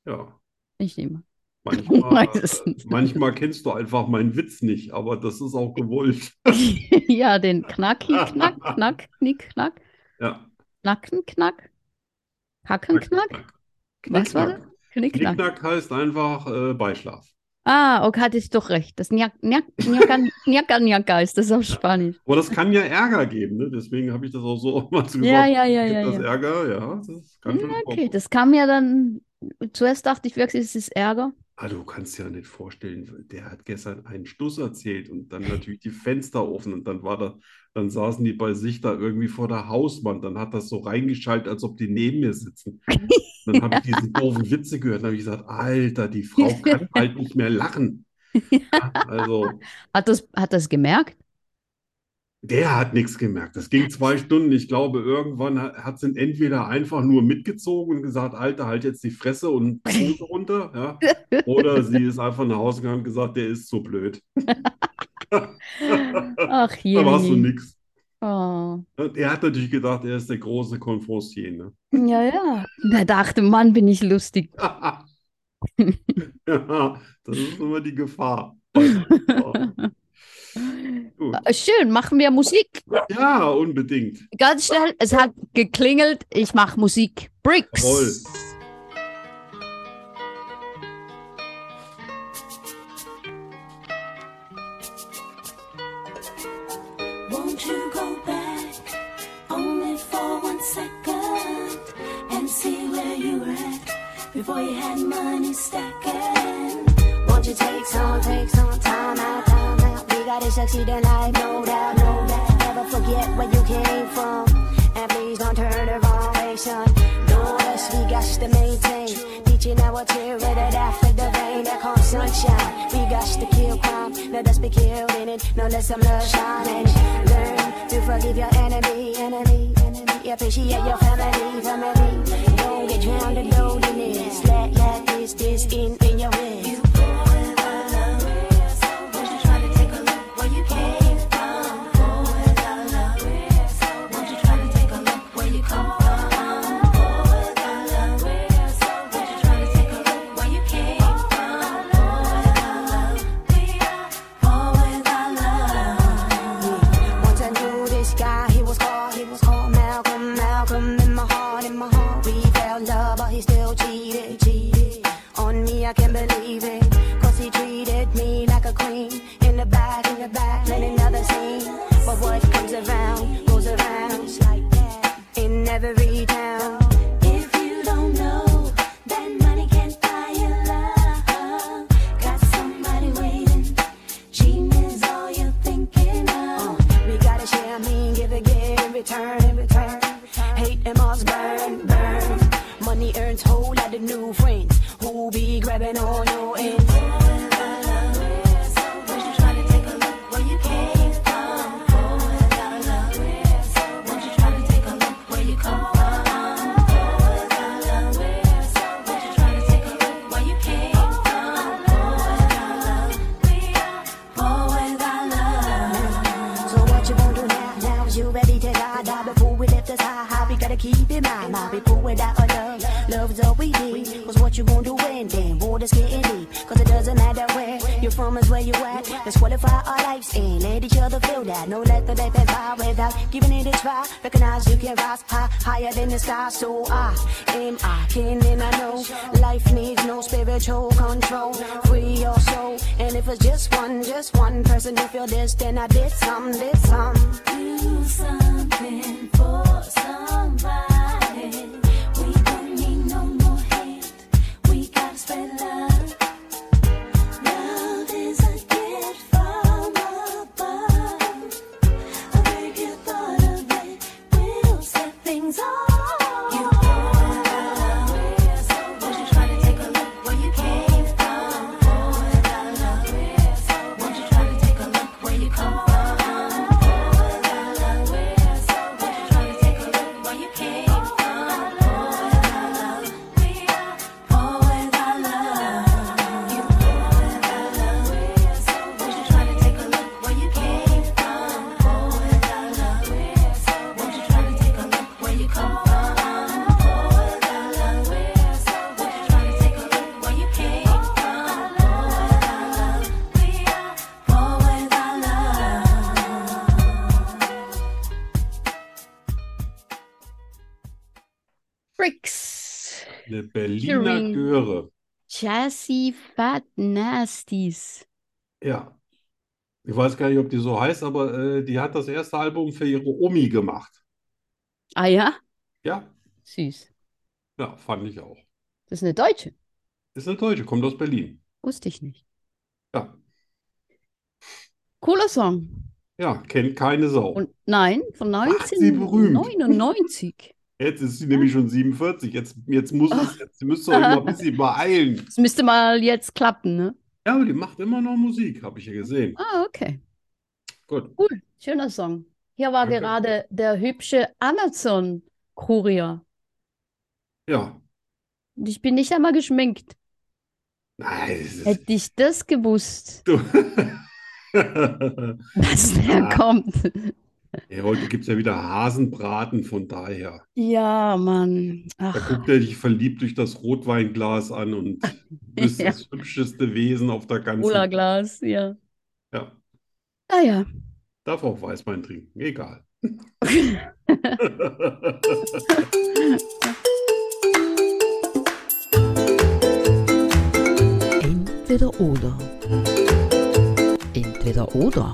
B: Ja,
A: Nicht immer. *laughs*
B: manchmal,
A: Meistens.
B: manchmal kennst du einfach meinen Witz nicht, aber das ist auch gewollt. *laughs*
A: Ja, den Knacki, Knack, Knack, Knick, Knack,
B: Ja.
A: Knacken, Knack, Hacken, Knack, Was war das? Knick, Knack.
B: Knickknack heißt einfach äh, Beischlaf.
A: Ah, okay, hatte ich doch recht. Das Nyak- Nyak- *laughs* Nyakan Nyakan Nyaka ist das auf Spanisch.
B: Aber das kann ja Ärger geben, ne? Deswegen habe ich das auch so *laughs* oftmals
A: Ja,
B: gesagt.
A: ja, ja,
B: Gibt
A: ja,
B: das
A: ja.
B: Ärger? Ja, das kann schon
A: Okay,
B: vorkommen.
A: das kam ja dann. Zuerst dachte ich wirklich, es ist Ärger.
B: Ah, du kannst ja nicht vorstellen, der hat gestern einen Stuss erzählt und dann natürlich die Fenster offen und dann war da, dann saßen die bei sich da irgendwie vor der Hauswand, dann hat das so reingeschaltet, als ob die neben mir sitzen. Dann habe ich diese doofen Witze gehört, dann habe ich gesagt, Alter, die Frau kann halt nicht mehr lachen. Also,
A: Hat das, hat das gemerkt?
B: der hat nichts gemerkt. Das ging zwei Stunden. Ich glaube, irgendwann hat, hat sie ihn entweder einfach nur mitgezogen und gesagt, Alter, halt jetzt die Fresse und Hose runter. Ja? Oder sie ist einfach nach Hause gegangen und gesagt, der ist so blöd.
A: Ach,
B: *laughs* Da
A: je.
B: warst du nix.
A: Oh.
B: Er hat natürlich gedacht, er ist der große Konferencier. Ne?
A: Ja, ja. Da dachte, Mann, bin ich lustig.
B: ja, das ist immer die Gefahr. Gut.
A: Äh, Schön, machen wir Musik.
B: Ja, unbedingt.
A: Ganz schnell, es hat geklingelt. Ich mache Musik. Bricks.
B: Jawohl.
D: Won't you go back only for one second and see where you were at before you had money stacking? Won't you take some, take some time out, time out? We gotta succeed in life, no doubt, no doubt. Never forget where you came from, and please don't turn the wrong way, son. No, us, we got to maintain, teaching our children that after the rain that comes sunshine, we got to kill crime. Let us be killed in it, no let some love shine and learn to forgive your enemy, enemy, enemy. Appreciate your family, family. Don't get drowned in loneliness. Let let this this in in your head. Once I knew this guy, he was called, he was called Malcolm, Malcolm in my heart, in my heart. We fell in love, but he still cheated, cheated. On me, I can't believe it. Cause he treated me like a queen. In the back, in the back, in another scene. But what comes around, goes around. It's like that in every town. If you don't know that money can't buy you love, got somebody waiting. Cheating's all you're thinking of. Uh, We gotta share, I mean, give again in return, in return. Hate and must burn, burn. Money earns whole lot of new friends who be grabbing all your ends. So what you gonna do now? Now you ready to die, die before we lift us high, high. We gotta keep in mind, mind before we die our love. Love's all we need. Cause what you gonna do when then? Water's getting deep. Cause it doesn't matter where you're from is where you at. Let's qualify our lives and let each other feel that. No let the day pass by without giving it a try. Recognize you can rise high, higher than the sky. So I am I can and I know life needs no spiritual control. Free your soul. And if it's just one, just one person who feel this, then I did some, did some.
E: Do something for somebody. We don't need no more hate. We gotta spread love. Love is a gift from above. A very good thought of it will set things off. You
A: Bricks.
B: Eine Berliner
A: Schering.
B: Göre.
A: Chassis Fat Nasties.
B: Ja. Ich weiß gar nicht, ob die so heißt, aber äh, die hat das erste Album für ihre Omi gemacht.
A: Ah ja,
B: Ja,
A: süß.
B: ja, fand ich auch.
A: Das ist eine Deutsche.
B: Ist eine Deutsche, kommt aus Berlin.
A: Wusste ich nicht.
B: Ja,
A: Cooler Song.
B: ja kennt keine Sau.
A: Und nein, von
B: Macht sie berühmt.
A: 1999.
B: Jetzt ist sie nämlich schon 47. Jetzt, jetzt muss es, jetzt müsst ihr euch mal ein bisschen beeilen.
A: Das müsste mal jetzt klappen, ne?
B: Ja, aber die macht immer noch Musik, habe ich ja gesehen.
A: Ah, okay.
B: Gut.
A: Cool, schöner Song. Hier war
B: Danke.
A: gerade der hübsche Amazon-Kurier.
B: Ja.
A: Und ich bin nicht einmal geschminkt.
B: Nein, es ist,
A: Hätte ich das gewusst, *laughs*
B: du.
A: dass der
B: Ja.
A: kommt.
B: Ey, heute gibt es *laughs* ja wieder Hasenbraten, von daher.
A: Ja, Mann.
B: Da
A: Ach,
B: guckt er dich verliebt durch das Rotweinglas an und
A: *laughs*
B: du bist
A: Ja.
B: das hübscheste Wesen auf der ganzen
A: Cola-Glas, ja. Ah,
B: Ja,
A: Naja.
B: darf auch Weißwein trinken, egal.
C: Entweder oder. Entweder oder.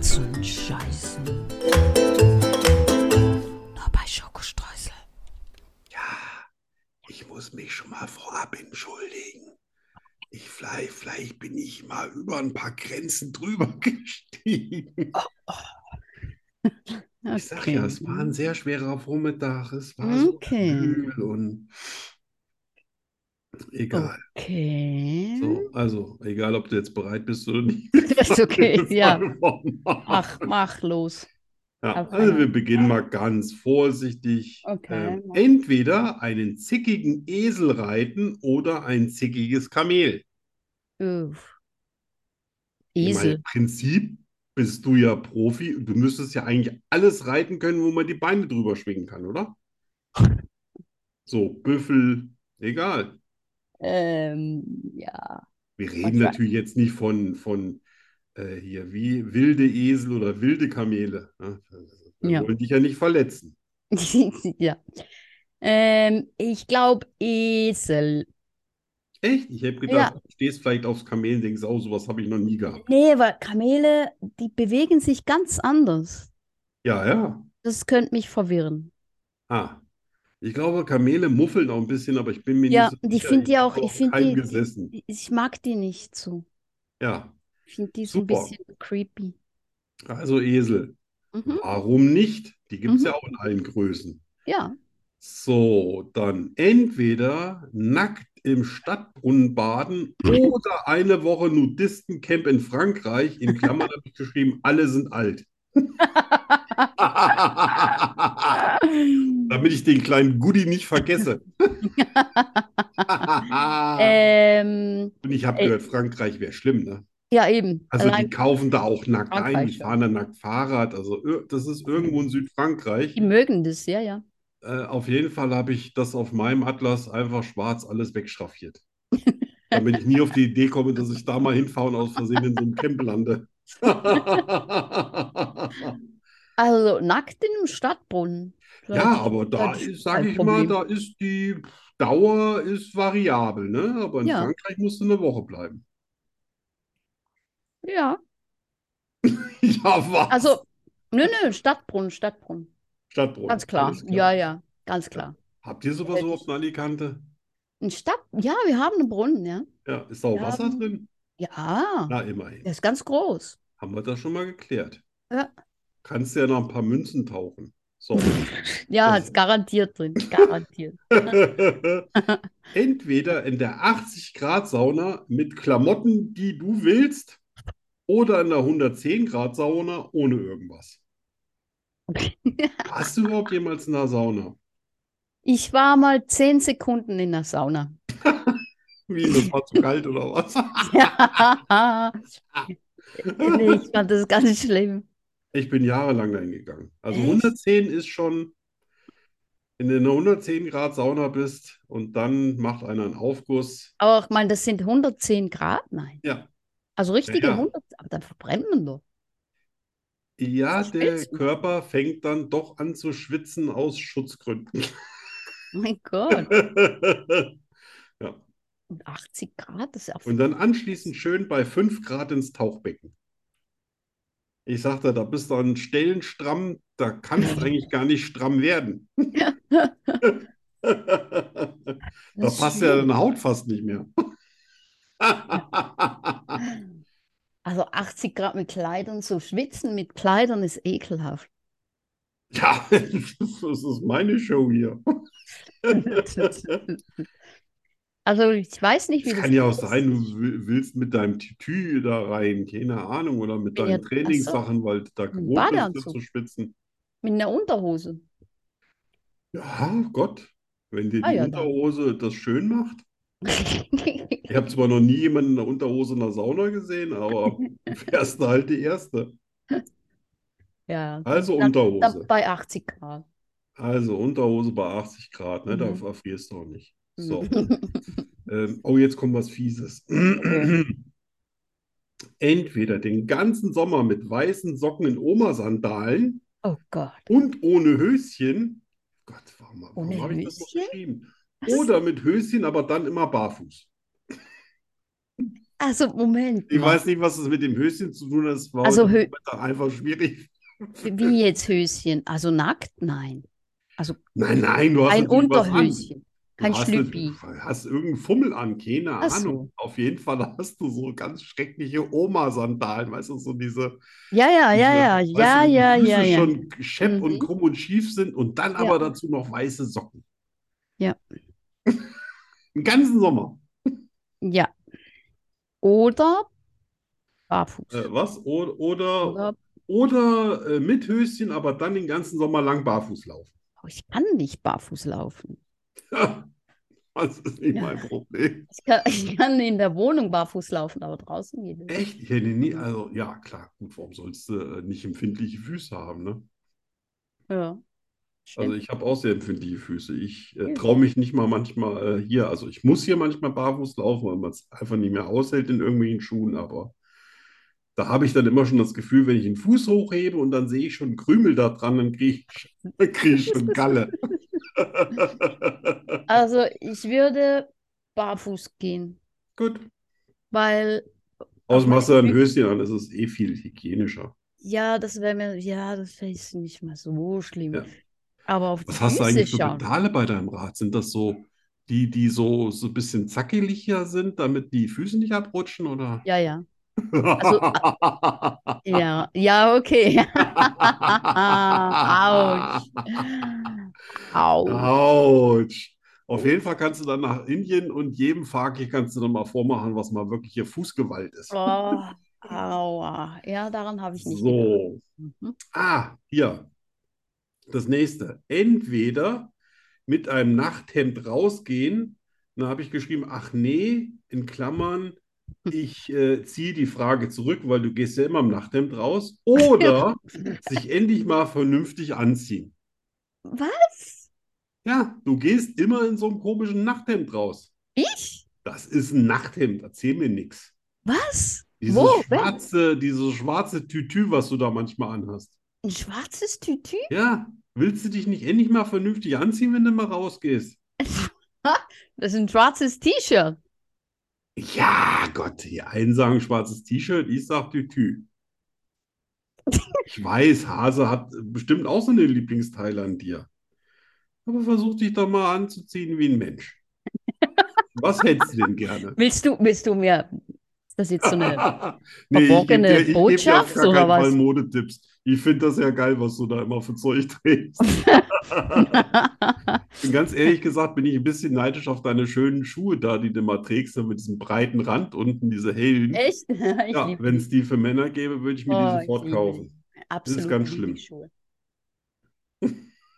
C: Zum Scheißen. Nur bei Schokostreusel.
B: Ich muss mich schon mal vorab entschuldigen. Ich vielleicht, vielleicht bin ich mal über ein paar Grenzen drüber *laughs* gestiegen. Ich sag ja, es war ein sehr schwerer Vormittag. Es war so
A: Okay.
B: kühl und egal.
A: Okay.
B: So, also, egal, ob du jetzt bereit bist oder nicht.
A: *laughs* Das ist
B: *laughs*
A: okay, ja. Ah,
B: Ach,
A: Ach, mach los.
B: Ja,
A: Auf
B: also wir
A: einmal.
B: beginnen mal ganz vorsichtig.
A: Okay.
B: Ähm, entweder einen zickigen Esel reiten oder ein zickiges Kamel.
A: Uff.
B: Ich meine,
A: Esel.
B: im Prinzip bist du ja Profi. Du müsstest ja eigentlich alles reiten können, wo man die Beine drüber schwingen
A: *laughs*
B: kann, oder? So, Büffel, egal.
A: Ähm, ja. *laughs*
B: Wir reden
A: Manchmal-
B: natürlich jetzt nicht von, von äh, hier wie wilde Esel oder wilde Kamele. Ne? Wir
A: Ja.
B: wollen dich ja nicht verletzen.
A: Ja. Ähm, ich glaube, Esel.
B: Echt? Ich hätte gedacht, du stehst vielleicht aufs Kamel und denkst, oh, sowas habe ich noch nie gehabt.
A: Nee, weil Kamele, die bewegen sich ganz anders.
B: Ja, ja.
A: Das könnte mich verwirren.
B: Ah. Ich glaube, Kamele muffeln auch ein bisschen, aber ich bin mir
A: Ja,
B: nicht so
A: und ich
B: sicher.
A: finde die
B: hab
A: auch- ich
B: auf
A: finde
B: keinem
A: die-
B: gesessen.
A: Ich mag die nicht so.
B: Ja.
A: Ich finde die so ein
B: Super.
A: bisschen creepy.
B: Also Esel,
A: Mhm.
B: warum nicht? Die gibt es
A: Mhm.
B: ja auch in allen Größen.
A: Ja.
B: So, dann entweder nackt im Stadtbrunnen baden oder eine Woche Nudistencamp in Frankreich. In Klammern habe ich geschrieben, alle sind
A: *laughs*
B: alt. Damit ich den kleinen Goodie
A: *laughs*
B: nicht vergesse. *laughs* Ah.
A: Ähm,
B: Und ich habe
A: äh,
B: gehört, Frankreich wäre schlimm, ne?
A: ja, eben.
B: Also die
A: Allein
B: kaufen da auch nackt ein, die
A: Frankreich, ja.
B: fahren da nackt Fahrrad. Also ir- das ist irgendwo in Südfrankreich.
A: die mögen das, ja, ja.
B: Äh, auf jeden Fall habe ich das auf meinem Atlas einfach schwarz alles wegschraffiert. Damit ich nie auf die Idee komme, dass ich da mal hinfahre und aus Versehen in so einem Camp lande. *laughs*
A: Also nackt in einem Stadtbrunnen.
B: Ja, aber da
A: das
B: ist,
A: ist
B: sage
A: kein
B: ich mal,
A: Problem.
B: da ist die Dauer ist variabel, ne? Aber in
A: Ja.
B: Frankreich musst du eine Woche bleiben. *laughs*
A: Ja,
B: Ja, was?
A: also, nö, nö, Stadtbrunnen, Stadtbrunnen.
B: Stadtbrunnen,
A: Ganz klar.
B: alles
A: Ja, ja, ganz klar.
B: Habt ihr sowas
A: Hätte
B: auf in Alicante?
A: Ein Stadt, ja, wir haben einen Brunnen, ja.
B: Ja, ist da auch
A: Ja.
B: Wasser drin?
A: Ja,
B: Na, immerhin.
A: der ist ganz groß.
B: Haben wir das schon mal geklärt.
A: Ja.
B: Kannst ja noch ein paar Münzen tauchen.
A: *laughs*
B: So.
A: Ja,
B: Das-
A: ist garantiert drin, *laughs* garantiert.
B: Entweder in der 80-Grad-Sauna mit Klamotten, die du willst, oder in der 110-Grad-Sauna ohne irgendwas. Warst du überhaupt jemals in der Sauna?
A: Ich war mal zehn Sekunden in der
B: *laughs*
A: Sauna. *laughs*
B: Wie, das war zu kalt oder was? *laughs*
A: Ja. Nee, ich fand das ganz schlimm.
B: Ich bin jahrelang dahin gegangen. Also
A: Echt?
B: 110 ist schon, wenn du in einer 110-Grad-Sauna bist und dann macht einer einen Aufguss.
A: Aber ich meine, das sind 110 Grad, nein.
B: Ja.
A: Also richtige
B: Ja, ja.
A: 100, aber dann verbrennt man doch.
B: Ja,
A: Das
B: der
A: schwitzt.
B: Körper fängt dann doch an zu schwitzen aus Schutzgründen.
A: Mein Gott. Und 80 Grad, das ist auch
B: *laughs* Und dann anschließend schön bei 5 Grad ins Tauchbecken. Ich sagte, da bist du an Stellen stramm, da kannst du eigentlich gar nicht
A: *laughs*
B: stramm werden. da
A: das ist
B: passt ja
A: schwierig.
B: deine Haut fast nicht mehr. *laughs*
A: Also 80 Grad mit Kleidern, so schwitzen mit Kleidern ist ekelhaft.
B: ja, das ist meine Show hier.
A: *laughs* Also ich weiß nicht, wie
B: Es
A: das
B: kann ja auch
A: ist.
B: sein, du will- willst mit deinem Tütü da rein, keine Ahnung, oder mit
A: Ja,
B: deinen
A: ach so.
B: Trainingssachen, weil du da gewohnt bist,
A: Badeanzug.
B: das zu schwitzen.
A: Mit einer Unterhose. *laughs*
B: Ja, Gott, wenn dir
A: Ah,
B: die
A: ja, dann.
B: Unterhose das schön macht. Ich habe zwar noch nie jemanden in der Unterhose in der Sauna
A: *laughs*
B: gesehen, aber wärst du halt die Erste.
A: Ja,
B: Also
A: dann- dann
B: Unterhose.
A: bei 80 Grad.
B: Also Unterhose bei 80 Grad, ne? Da
A: Mhm.
B: erfrierst du auch nicht.
A: *laughs*
B: So. Ähm, oh, jetzt kommt was Fieses. *clears throat* Entweder den ganzen Sommer mit weißen Socken in Omasandalen
A: Oh Gott.
B: und ohne Höschen. Gott, warum, warum
A: Ohne
B: habe ich das noch
A: Höschen?
B: geschrieben?
A: Was?
B: Oder mit Höschen, aber dann immer barfuß.
A: Also Moment
B: Ich
A: mal.
B: weiß nicht, was es mit dem Höschen zu tun hat. Es war
A: Also
B: heute
A: Hö-
B: Nachmittag einfach schwierig. *laughs*
A: Wie jetzt Höschen? Also nackt? Nein.
B: Nein, nein, du hast
A: Ein
B: natürlich was an.
A: Unterhöschen. Kein
B: Du hast
A: Schlüppi.
B: natürlich- Hast irgendeinen Fummel an, keine
A: Ach so.
B: Ahnung. Auf jeden Fall hast du so ganz schreckliche Oma-Sandalen, weißt du, so diese,
A: Ja, ja, Ah, ja, ja,
B: diese,
A: ja,
B: weißt du, wo die
A: ja,
B: Füße
A: ja, ja.
B: schon schepp und
A: Mhm.
B: krumm und schief sind und dann aber dazu noch weiße Socken.
A: Ja.
B: *laughs* Den ganzen Sommer.
A: Ja. Oder barfuß.
B: Äh, was? O oder
A: Oder
B: oder äh, mit Höschen, aber dann den ganzen Sommer lang barfuß laufen.
A: oh, ich kann nicht barfuß laufen.
B: *laughs* Das ist nicht mein Problem.
A: Ich kann, *laughs* ich kann in der Wohnung barfuß laufen, aber draußen geht es.
B: Echt? Ich hätte nie, also ja, klar, gut, warum sollst du äh, nicht empfindliche Füße haben, ne?
A: Ja.
B: Also
A: Stimmt.
B: ich habe auch sehr empfindliche Füße. Ich äh,
A: Ja.
B: traue mich nicht mal manchmal äh, hier. Also ich muss hier manchmal barfuß laufen, weil man es einfach nicht mehr aushält in irgendwelchen Schuhen. Aber da habe ich dann immer schon das Gefühl, wenn ich den Fuß hochhebe und dann sehe ich schon Krümel da dran, dann kriege ich, schon- *laughs* dann krieg ich schon
A: *laughs*
B: Galle. *laughs*
A: Also ich würde barfuß gehen,
B: Gut.
A: weil
B: Außerdem hast du ein
A: Füße-
B: Höschen an, das ist eh viel hygienischer.
A: ja, das wäre mir, ja, das wäre jetzt nicht mal so schlimm.
B: Ja.
A: Aber auf die
B: Was hast du
A: Füße
B: eigentlich für
A: schauen.
B: Pedale bei deinem Rad? Sind das so die, die so, so ein bisschen zackeliger sind, damit die Füße nicht abrutschen, oder?
A: Ja, ja. Also,
B: *laughs*
A: Ja, ja, okay. *laughs*
B: Ah.
A: Autsch. Au.
B: Autsch. Auf jeden Fall kannst du dann nach Indien und jedem Fakir kannst du dann mal vormachen, was mal wirklich hier Fußgewalt ist.
A: Oh, aua. Ja, daran habe ich nicht gedacht.
B: So.
A: Mhm.
B: Ah, hier. Das nächste. Entweder mit einem Nachthemd rausgehen. Da habe ich geschrieben, ach nee, in Klammern,
A: Hm.
B: ich äh, ziehe die Frage zurück, weil du gehst ja immer im Nachthemd raus.
A: *laughs*
B: Oder sich endlich mal vernünftig anziehen.
A: Was?
B: Ja, du gehst immer in so einem komischen Nachthemd raus.
A: Ich?
B: Das ist ein Nachthemd, erzähl mir nichts.
A: Was?
B: Dieses
A: Wo? Wer?
B: schwarze, dieses schwarze Tütü, was du da manchmal anhast.
A: Ein schwarzes Tütü?
B: Ja, willst du dich nicht endlich mal vernünftig anziehen, wenn du mal rausgehst?
A: Das ist ein schwarzes T-Shirt.
B: Ja, Gott, die einen sagen schwarzes T-Shirt, ich sag Tütü. Ich weiß, Hase hat bestimmt auch so eine Lieblingsteile an dir. Aber versuch dich doch mal anzuziehen wie ein Mensch. Was hättest du
A: *laughs*
B: denn gerne?
A: Willst du, willst du mir, ist das jetzt so eine,
B: Nee, ich geb
A: verborgene
B: dir, ich geb dir auf
A: Botschaft,
B: gar
A: oder
B: keinen
A: was?
B: Fall Modetipps. Ich finde das ja geil, was du da immer für Zeug trägst. Und Ganz ehrlich gesagt bin ich ein bisschen neidisch auf deine schönen Schuhe da, die du mal trägst, mit diesem breiten Rand unten, diese *laughs* hellen.
A: echt? *laughs* Ich
B: Ja,
A: liebe
B: wenn es die für Männer gäbe, würde ich mir
A: Oh,
B: die
A: ich
B: sofort
A: liebe
B: kaufen.
A: absolut
B: ganz
A: liebe
B: schlimm.
A: Schuhe.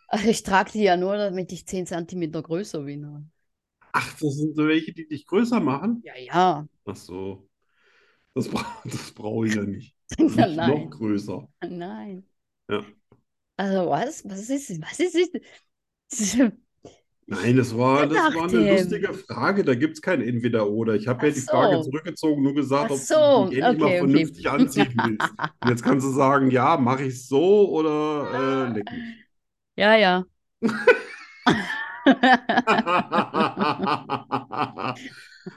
A: Also ich trage die ja nur, damit ich 10 Zentimeter größer bin.
B: Ach, das sind so welche, die dich größer machen?
A: Ja, ja. *laughs*
B: Ach so. Das, bra *laughs* das brauche ich ja nicht. Nicht
A: Ja,
B: noch
A: Nein,
B: größer.
A: nein.
B: Ja.
A: Also was? Was ist, was ist, ist, ist
B: Nein, das war, das war eine
A: Nachthemd.
B: lustige Frage. Da gibt es kein Entweder-Oder. Ich habe ja
A: Ach
B: die Frage
A: so.
B: zurückgezogen, nur gesagt,
A: Ach
B: ob
A: so,
B: du dich endlich
A: okay,
B: mal
A: okay.
B: vernünftig anziehen willst. Und jetzt kannst du sagen, ja, mache ich so oder äh, leck mich.
A: Ja,
B: *laughs*
A: ja.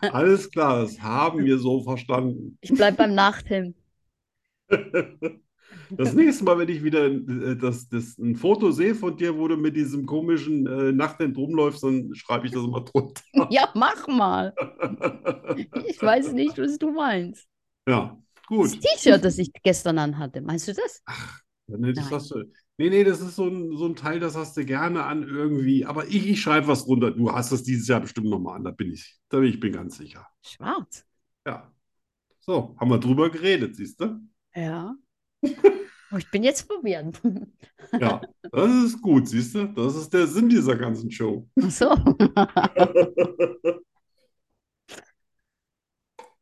B: Alles klar, das haben wir so verstanden. *laughs*
A: Ich bleibe beim Nachthemd.
B: Das nächste Mal, wenn ich wieder äh, das, das, ein Foto sehe von dir, wo du mit diesem komischen äh, Nachthemd rumläufst, dann schreibe ich das mal drunter. *laughs*
A: Ja, mach mal. Ich weiß nicht, was du meinst.
B: Ja,
A: Das
B: gut.
A: T-Shirt, das ich gestern anhatte, meinst du das?
B: Dann hätte ich
A: Nein.
B: das so- Nee, nee, das ist so ein, so ein Teil, das hast du gerne an irgendwie. Aber ich, ich schreibe was runter. Du hast es dieses Jahr bestimmt nochmal an, da bin ich, da bin ich bin ganz sicher.
A: Schwarz.
B: Ja. So, haben wir drüber geredet, siehst du?
A: Ja. Oh, ich bin jetzt verwirrt.
B: Ja, das ist gut, siehst du? Das ist der Sinn dieser ganzen Show.
A: Ach so.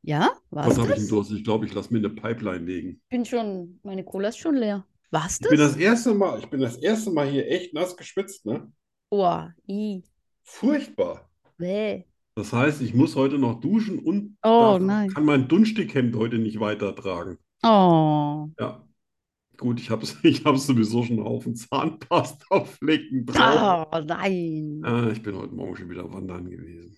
A: Ja, war's
B: Was habe ich denn
A: das?
B: Durst? Ich glaube, ich lasse mir eine Pipeline legen.
A: Ich bin schon, meine Cola ist schon leer. War's
B: Ich
A: das?
B: bin das erste Mal, ich bin das erste Mal hier echt nass geschwitzt, ne?
A: Boah, Oh, i,
B: Furchtbar.
A: bäh.
B: Das heißt, ich muss heute noch duschen und
A: Oh,
B: darf-
A: nein.
B: kann mein Dunstig-Hemd heute nicht weitertragen.
A: Oh.
B: Ja. Gut, ich habe *laughs* ich hab sowieso schon einen Haufen Zahnpasta-Flecken drauf.
A: Oh, nein.
B: Äh, ich bin heute Morgen schon wieder wandern gewesen.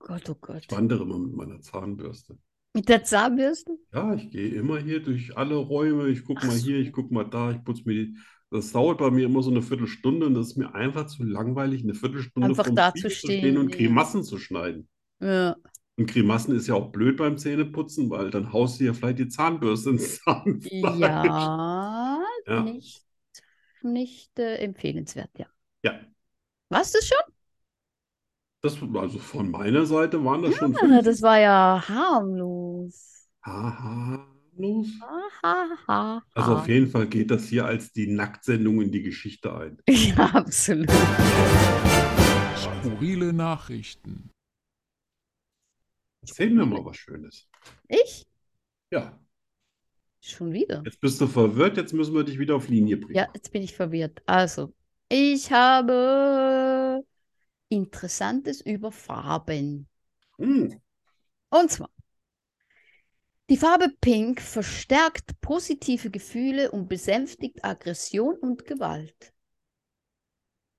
A: Gott, oh Gott.
B: Ich wandere immer mit meiner Zahnbürste.
A: Mit der Zahnbürste?
B: Ja, ich gehe immer hier durch alle Räume. Ich gucke
A: Ach
B: mal
A: so.
B: hier, ich gucke mal da, ich putze mir die. Das dauert bei mir immer so eine Viertelstunde und das ist mir einfach zu langweilig, eine Viertelstunde
A: Einfach
B: vorm
A: da
B: Spiegel
A: zu
B: zu stehen
A: stehen,
B: und
A: ja.
B: Grimassen zu schneiden.
A: Ja.
B: Und Grimassen ist ja auch blöd beim Zähneputzen, weil dann haust du ja vielleicht die Zahnbürste ins *laughs* Zahnfleisch.
A: Ja,
B: Ja.
A: nicht, nicht äh, empfehlenswert, ja.
B: Ja.
A: Warst du schon?
B: Das, also von meiner Seite waren das schon
A: Ah,
B: fünf.
A: das war ja harmlos.
B: Haha, los.
A: Ha, ha, ha,
B: Also auf
A: ha.
B: jeden Fall geht das hier als die Nacktsendung in die Geschichte ein.
A: *laughs* Ja, absolut.
F: Skurrile Nachrichten.
B: Erzähl mir mal was Schönes.
A: Ich?
B: Ja,
A: Schon wieder.
B: jetzt bist du verwirrt, jetzt müssen wir dich wieder auf Linie bringen.
A: Ja, jetzt bin ich verwirrt. Also, ich habe Interessantes über Farben.
B: Hm,
A: Und zwar, die Farbe Pink verstärkt positive Gefühle und besänftigt Aggression und Gewalt.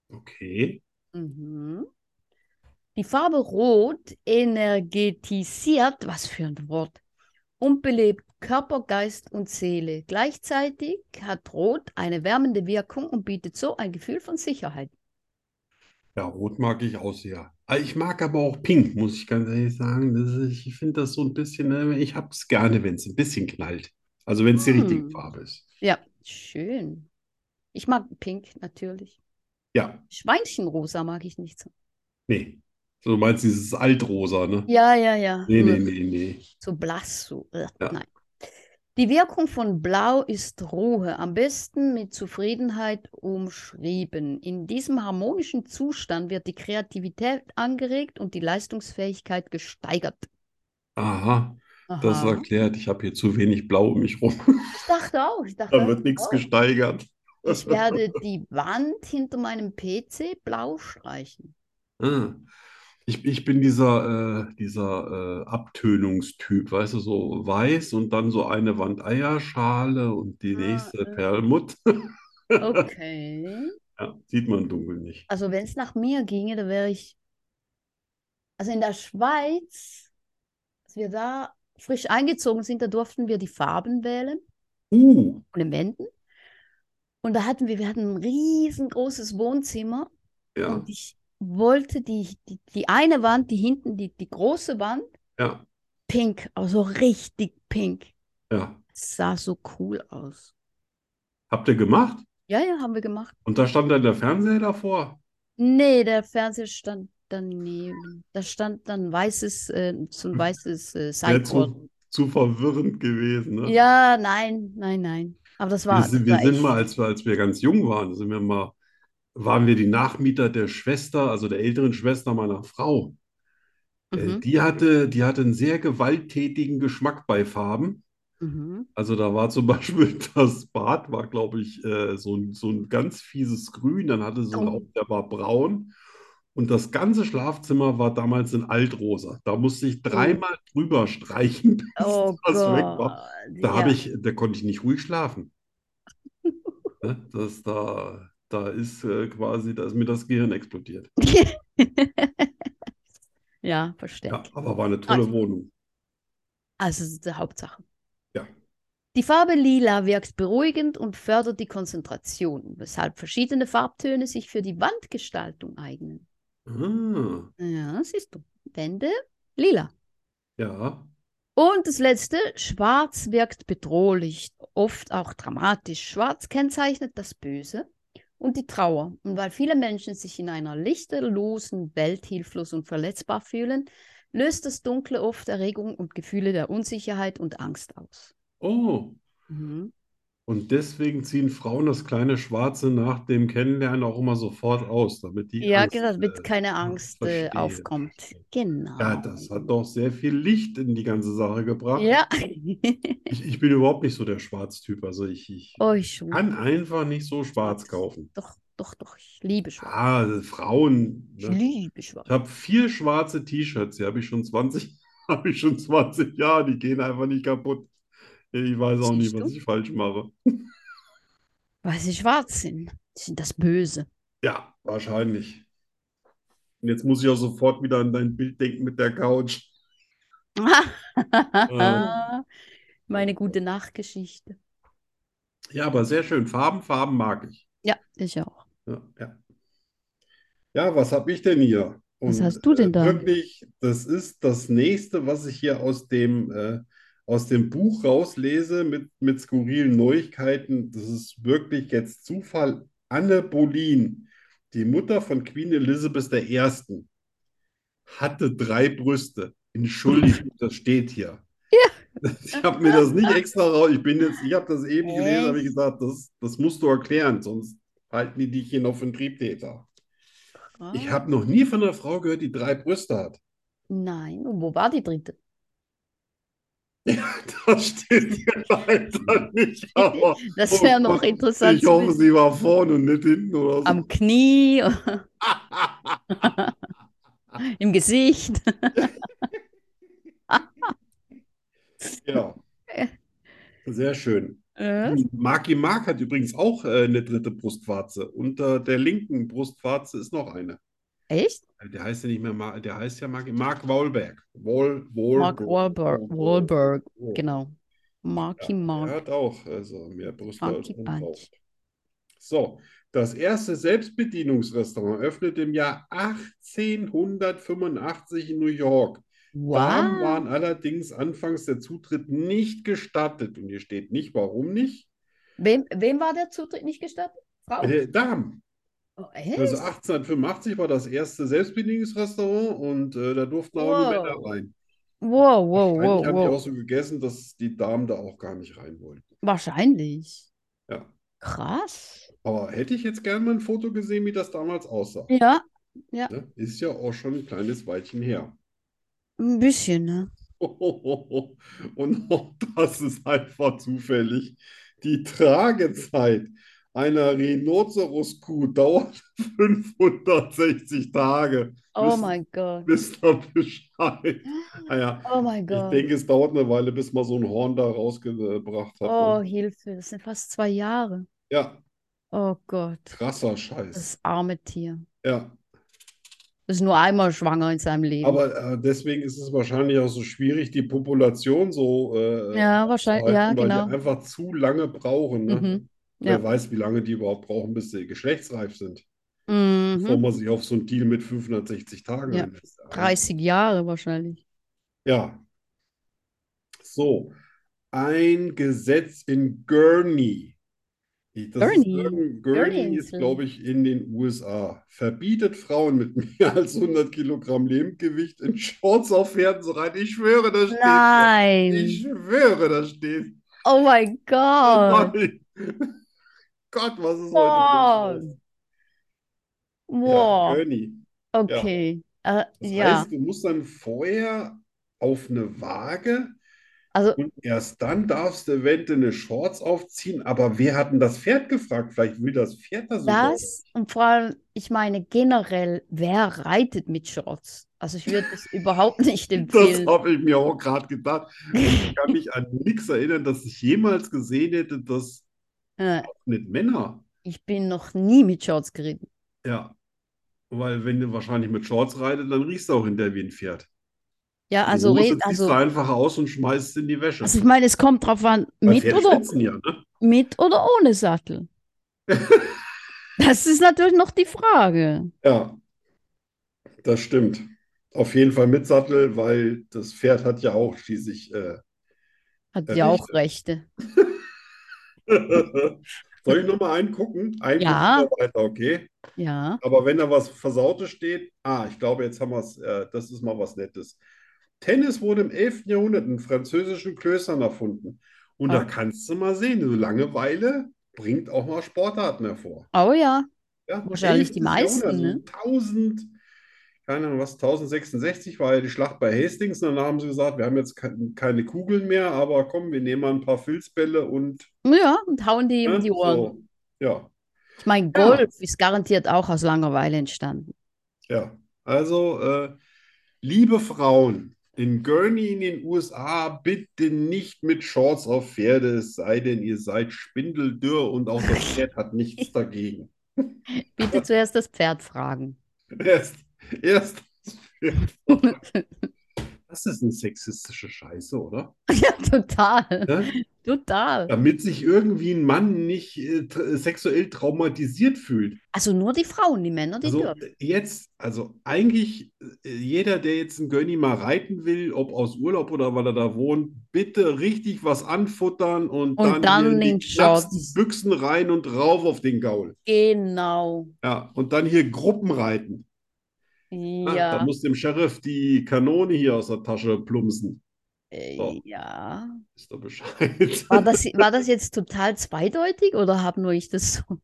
B: okay.
A: Mhm. Die Farbe Rot energetisiert, was für ein Wort, und belebt Körper, Geist und Seele. Gleichzeitig hat Rot eine wärmende Wirkung und bietet so ein Gefühl von Sicherheit.
B: Ja, rot mag ich auch sehr. Ah, Ich mag aber auch pink, muss ich ganz ehrlich sagen. Das ist, ich finde das so ein bisschen, äh, ich habe es gerne, wenn es ein bisschen knallt. Also wenn es die richtige
A: Hm.
B: Farbe ist.
A: Ja, schön. Ich mag Pink natürlich.
B: Ja,
A: Schweinchenrosa mag ich nicht so.
B: nee. So, du meinst dieses Altrosa, ne?
A: Ja, ja, ja.
B: Nee, nee, nee, nee.
A: So blass, so. Äh,
B: Ja.
A: Nein. Die Wirkung von Blau ist Ruhe, am besten mit Zufriedenheit umschrieben. In diesem harmonischen Zustand wird die Kreativität angeregt und die Leistungsfähigkeit gesteigert.
B: Aha, das
A: Aha.
B: erklärt, ich habe hier zu wenig Blau um mich rum. *laughs*
A: Ich dachte auch, ich dachte,
B: Da wird nichts
A: oh,
B: gesteigert.
A: ich werde die Wand hinter meinem PC blau
B: *laughs*
A: streichen.
B: Ah. Ich, ich bin dieser, äh, dieser äh, Abtönungstyp, weißt du, so weiß und dann so eine Wand Eierschale und die
A: Ah,
B: nächste
A: äh.
B: Perlmutt. *laughs*
A: Okay.
B: Ja, sieht man dunkel nicht.
A: Also wenn es nach mir ginge, dann wäre ich. Also in der Schweiz, als wir da frisch eingezogen sind, da durften wir die Farben wählen
B: Uh,
A: von den Wänden. Und da hatten wir, wir hatten ein riesengroßes Wohnzimmer
B: ja,
A: und ich wollte die, die, die eine Wand, die hinten, die, die große Wand,
B: ja,
A: pink, also richtig pink.
B: ja.
A: Es sah so cool aus.
B: Habt ihr gemacht?
A: Ja, ja, haben wir gemacht.
B: Und da stand dann der Fernseher davor.
A: Nee, der Fernseher stand daneben. Da stand dann weißes, äh, so ein
B: Hm.
A: weißes äh,
B: Wäre
A: Sideboard.
B: zu, zu verwirrend gewesen, ne?
A: Ja, nein, nein, nein. Aber das war,
B: Wir sind,
A: das
B: wir
A: war
B: sind
A: echt.
B: mal, als wir, als wir ganz jung waren, sind wir mal, waren wir die Nachmieter der Schwester, also der älteren Schwester meiner Frau. Äh,
A: Mhm,
B: Die hatte, die hatte einen sehr gewalttätigen Geschmack bei Farben.
A: mhm.
B: Also da war zum *laughs* Beispiel das Bad war, glaube ich, äh, so ein, so ein ganz fieses Grün, dann hatte so ein
A: Oh.
B: Raum, der war braun. Und das ganze Schlafzimmer war damals in Altrosa. Da musste ich dreimal drüber streichen, *laughs* bis
A: Oh
B: das weg war.
A: Gott,
B: Da
A: ja.
B: habe ich, da konnte ich nicht
A: *laughs*
B: ruhig schlafen. Ne? Das, da, da ist äh, quasi, da ist mir das Gehirn explodiert.
A: *laughs* Ja, versteckt.
B: Ja, aber war eine tolle
A: Also-
B: Wohnung.
A: Also das ist die Hauptsache.
B: Ja.
A: Die Farbe Lila wirkt beruhigend und fördert die Konzentration, weshalb verschiedene Farbtöne sich für die Wandgestaltung eignen.
B: Ah,
A: Ja, siehst du. Wände, lila.
B: ja.
A: Und das letzte, schwarz wirkt bedrohlich, oft auch dramatisch. Schwarz kennzeichnet das Böse und die Trauer. Und weil viele Menschen sich in einer lichterlosen Welt hilflos und verletzbar fühlen, löst das Dunkle oft Erregung und Gefühle der Unsicherheit und Angst aus.
B: Oh.
A: Mhm.
B: Und deswegen ziehen Frauen das kleine Schwarze nach dem Kennenlernen auch immer sofort aus, damit die
A: Ja,
B: Angst,
A: genau, damit
B: äh,
A: keine Angst äh,
B: verstehe.
A: aufkommt. Genau.
B: Ja, das hat doch sehr viel Licht in die ganze Sache gebracht.
A: Ja. *laughs*
B: Ich, ich bin überhaupt nicht so der Schwarztyp. Also ich, ich
A: Euch schon.
B: kann einfach nicht so schwarz kaufen.
A: Doch, doch, doch. Ich liebe Schwarz.
B: Ah, Frauen,
A: Ich
B: ne?
A: liebe Schwarz.
B: Ich habe vier schwarze T-Shirts, die habe ich schon 20, *laughs* habe ich schon 20 Jahre, die gehen einfach nicht kaputt. Ich weiß auch nicht,
A: Siehst
B: was ich falsch mache.
A: Weil sie schwarz sind. Sie sind das Böse.
B: Ja, wahrscheinlich. Und jetzt muss ich auch sofort wieder an dein Bild denken mit der Couch. Ah.
A: *laughs* Meine gute Nachtgeschichte.
B: Ja, aber sehr schön. Farben, Farben mag ich.
A: Ja, ich auch.
B: Ja, ja. Ja, was habe ich denn hier?
A: Was
B: Und,
A: hast du denn
B: äh,
A: da?
B: Wirklich, das ist das nächste, was ich hier aus dem, äh, aus dem Buch rauslese mit, mit skurrilen Neuigkeiten. Das ist wirklich jetzt Zufall. Anne Boleyn, die Mutter von Queen Elizabeth I., hatte drei Brüste. Entschuldigung, das steht hier. Ich habe mir das nicht extra raus. Ich bin jetzt, ich habe das eben gelesen, habe ich gesagt, das, das musst du erklären, sonst halten die dich hier noch für einen Triebtäter.
A: Ah.
B: Ich habe noch nie von einer Frau gehört, die drei Brüste hat. *laughs*
A: Nein, und wo war die dritte?
B: Das steht hier leider nicht, aber
A: Das
B: Oh
A: wäre noch
B: Gott,
A: interessant
B: ich
A: zu
B: hoffe,
A: wissen.
B: sie war vorne und nicht hinten oder so.
A: Am
B: *laughs*
A: Knie, im Gesicht.
B: Ja. Sehr schön.
A: Äh,
B: Hm. Marki Mark hat übrigens auch äh, eine dritte Brustwarze. Unter der linken Brustwarze ist noch eine. Also
A: Echt?
B: Der heißt ja nicht mehr Mark, der heißt ja Mark, Mark Wahlberg. Wall,
A: Mark Wahlberg.
B: Wahlberg.
A: Wahlberg, genau. Marky
B: Er
A: Mark.
B: hat auch also mehr Brüste als
A: Funky
B: man
A: Punch.
B: braucht. So, das erste Selbstbedienungsrestaurant öffnete im Jahr 1885 in New York. Damen
A: Wow.
B: waren allerdings anfangs der Zutritt nicht gestattet. Und hier steht nicht, warum nicht.
A: Wem, wem war der Zutritt nicht gestattet? Frau?
B: Äh, Damen.
A: Oh,
B: Also
A: echt?
B: 1885 war das erste Selbstbedienungsrestaurant und äh, da durften auch nur
A: Wow.
B: Männer rein.
A: Wow, wow, wow,
B: Eigentlich haben die
A: wow.
B: auch so gegessen, dass die Damen da auch gar nicht rein wollten.
A: Wahrscheinlich.
B: Ja.
A: Krass.
B: Aber hätte ich jetzt gerne mal ein Foto gesehen, wie das damals aussah.
A: Ja,
B: Ne? Ist ja auch schon ein kleines Weilchen her. *laughs*
A: ein bisschen, ne?
B: Und auch das ist einfach zufällig. Die Tragezeit einer Rhinoceros-Kuh dauert *laughs* 560 Tage.
A: Oh
B: Wissen-
A: mein Gott.
B: Wisst ihr Bescheid? Ah Naja,
A: Oh mein
B: ich
A: Gott.
B: denke, es dauert eine Weile, bis man so ein Horn da rausgebracht hat.
A: Oh,
B: ne?
A: Hilfe, das sind fast zwei Jahre.
B: Ja,
A: Oh Gott,
B: krasser Scheiß.
A: das arme Tier.
B: Ja,
A: Das ist nur einmal schwanger in seinem Leben.
B: aber äh, deswegen ist es wahrscheinlich auch so schwierig, die Population so äh,
A: ja, wahrscheinlich, ja,
B: halten, weil die
A: genau.
B: einfach zu lange brauchen. Ne?
A: Mhm.
B: Wer
A: Ja.
B: weiß, wie lange die überhaupt brauchen, bis sie geschlechtsreif sind, bevor
A: Mhm.
B: man sich auf so einen Deal mit 560 Tagen
A: Ja.
B: einlässt.
A: 30 Jahre wahrscheinlich.
B: Ja. So, ein Gesetz in Gurney. Ich- Das ist
A: Gurney.
B: irgend-
A: Gurney
B: Gurney ist,
A: Insel.
B: glaube ich, in den USA. Verbietet Frauen mit mehr als 100 Kilogramm Lebendgewicht in Shorts auf Pferden zu reiten. Ich schwöre, das steht da. Ich
A: Nein.
B: schwöre, das steht.
A: Oh mein Gott.
B: Mann. *laughs* Gott, was ist heute
A: Mann.
B: los? Ja,
A: Wow.
B: Gurney.
A: Okay. Äh,
B: Das
A: ja,
B: heißt, du musst dann vorher auf eine Waage
A: also
B: und erst dann darfst du eventuell eine Shorts aufziehen. Aber wer hat denn das Pferd gefragt? Vielleicht will das Pferd das überhaupt.
A: das und vor allem, ich meine generell, wer reitet mit Shorts? Also ich würde
B: *laughs*
A: das überhaupt nicht
B: Das
A: empfehlen.
B: habe ich mir auch gerade gedacht. Ich kann mich an nichts erinnern, dass ich jemals gesehen hätte, dass
A: *laughs* Äh,
B: nicht Männer.
A: Ich bin noch nie mit Shorts geritten.
B: Ja, Weil wenn du wahrscheinlich mit Shorts reitet, dann riechst du auch hinter wie ein Pferd.
A: Ja,
B: Die
A: also,
B: Hose
A: red,
B: ziehst du
A: also,
B: einfach aus und schmeißt sie in die Wäsche.
A: also ich meine, es kommt drauf an,
B: Weil
A: mit
B: Pferde
A: oder,
B: schwitzen ja, ne?
A: mit oder ohne
B: *laughs*
A: Sattel. Das ist natürlich noch die Frage.
B: Ja, das stimmt. Auf jeden Fall mit Sattel, weil das Pferd hat ja auch schließlich.
A: *laughs*
B: Äh...
A: Hat
B: Ja,
A: ja auch Rechte.
B: Soll ich nochmal eingucken? Einen
A: Ja.
B: gucken wir weiter, okay?
A: Ja.
B: Aber wenn da was Versautes steht, ah, ich glaube, jetzt haben wir es, äh, das ist mal was Nettes. Tennis wurde im 11. Jahrhundert in französischen Klöstern erfunden. Und da
A: Ah.
B: kannst du mal sehen, so Langeweile bringt auch mal Sportarten hervor.
A: Oh ja.
B: Ja,
A: Wahrscheinlich die
B: 11. Jahrhundert,
A: meisten, ne?
B: so 1000, keine Ahnung was, 1066 war ja die Schlacht bei Hastings. Und danach haben sie gesagt, wir haben jetzt ke keine Kugeln mehr, aber komm, wir nehmen mal ein paar Filzbälle und,
A: Ja, und hauen die
B: ne,
A: ihm die Ohren.
B: so. Ja.
A: Ich meine,
B: Ja.
A: Golf ist garantiert auch aus Langeweile entstanden.
B: Ja, also äh, liebe Frauen, in Gurney in den USA bitte nicht mit Shorts auf Pferde, es sei denn, ihr seid spindeldürr und auch das Pferd hat
A: *laughs*
B: nichts dagegen. *laughs*
A: Bitte zuerst das Pferd fragen.
B: Erst, erst das Pferd. Das ist eine sexistische Scheiße, oder?
A: Ja, *laughs* total.
B: Ja?
A: Total.
B: Damit sich irgendwie ein Mann nicht äh, tra- sexuell traumatisiert fühlt.
A: Also nur die Frauen, die Männer, die
B: Also
A: dürfen.
B: jetzt, also eigentlich äh, jeder, der jetzt einen Gönny mal reiten will, ob aus Urlaub oder weil er da wohnt, bitte richtig was anfuttern und
A: Und
B: dann
A: dann
B: hier in die
A: in Shorts.
B: knappsten Büchsen rein und rauf auf den Gaul.
A: Genau.
B: Ja, und dann hier Gruppen reiten. Ah, da
A: Ja.
B: muss dem Sheriff die Kanone hier aus der Tasche plumpsen.
A: Äh,
B: so.
A: Ja.
B: *laughs* Ist doch Bescheid.
A: War das, war das jetzt total zweideutig oder habe nur ich das so,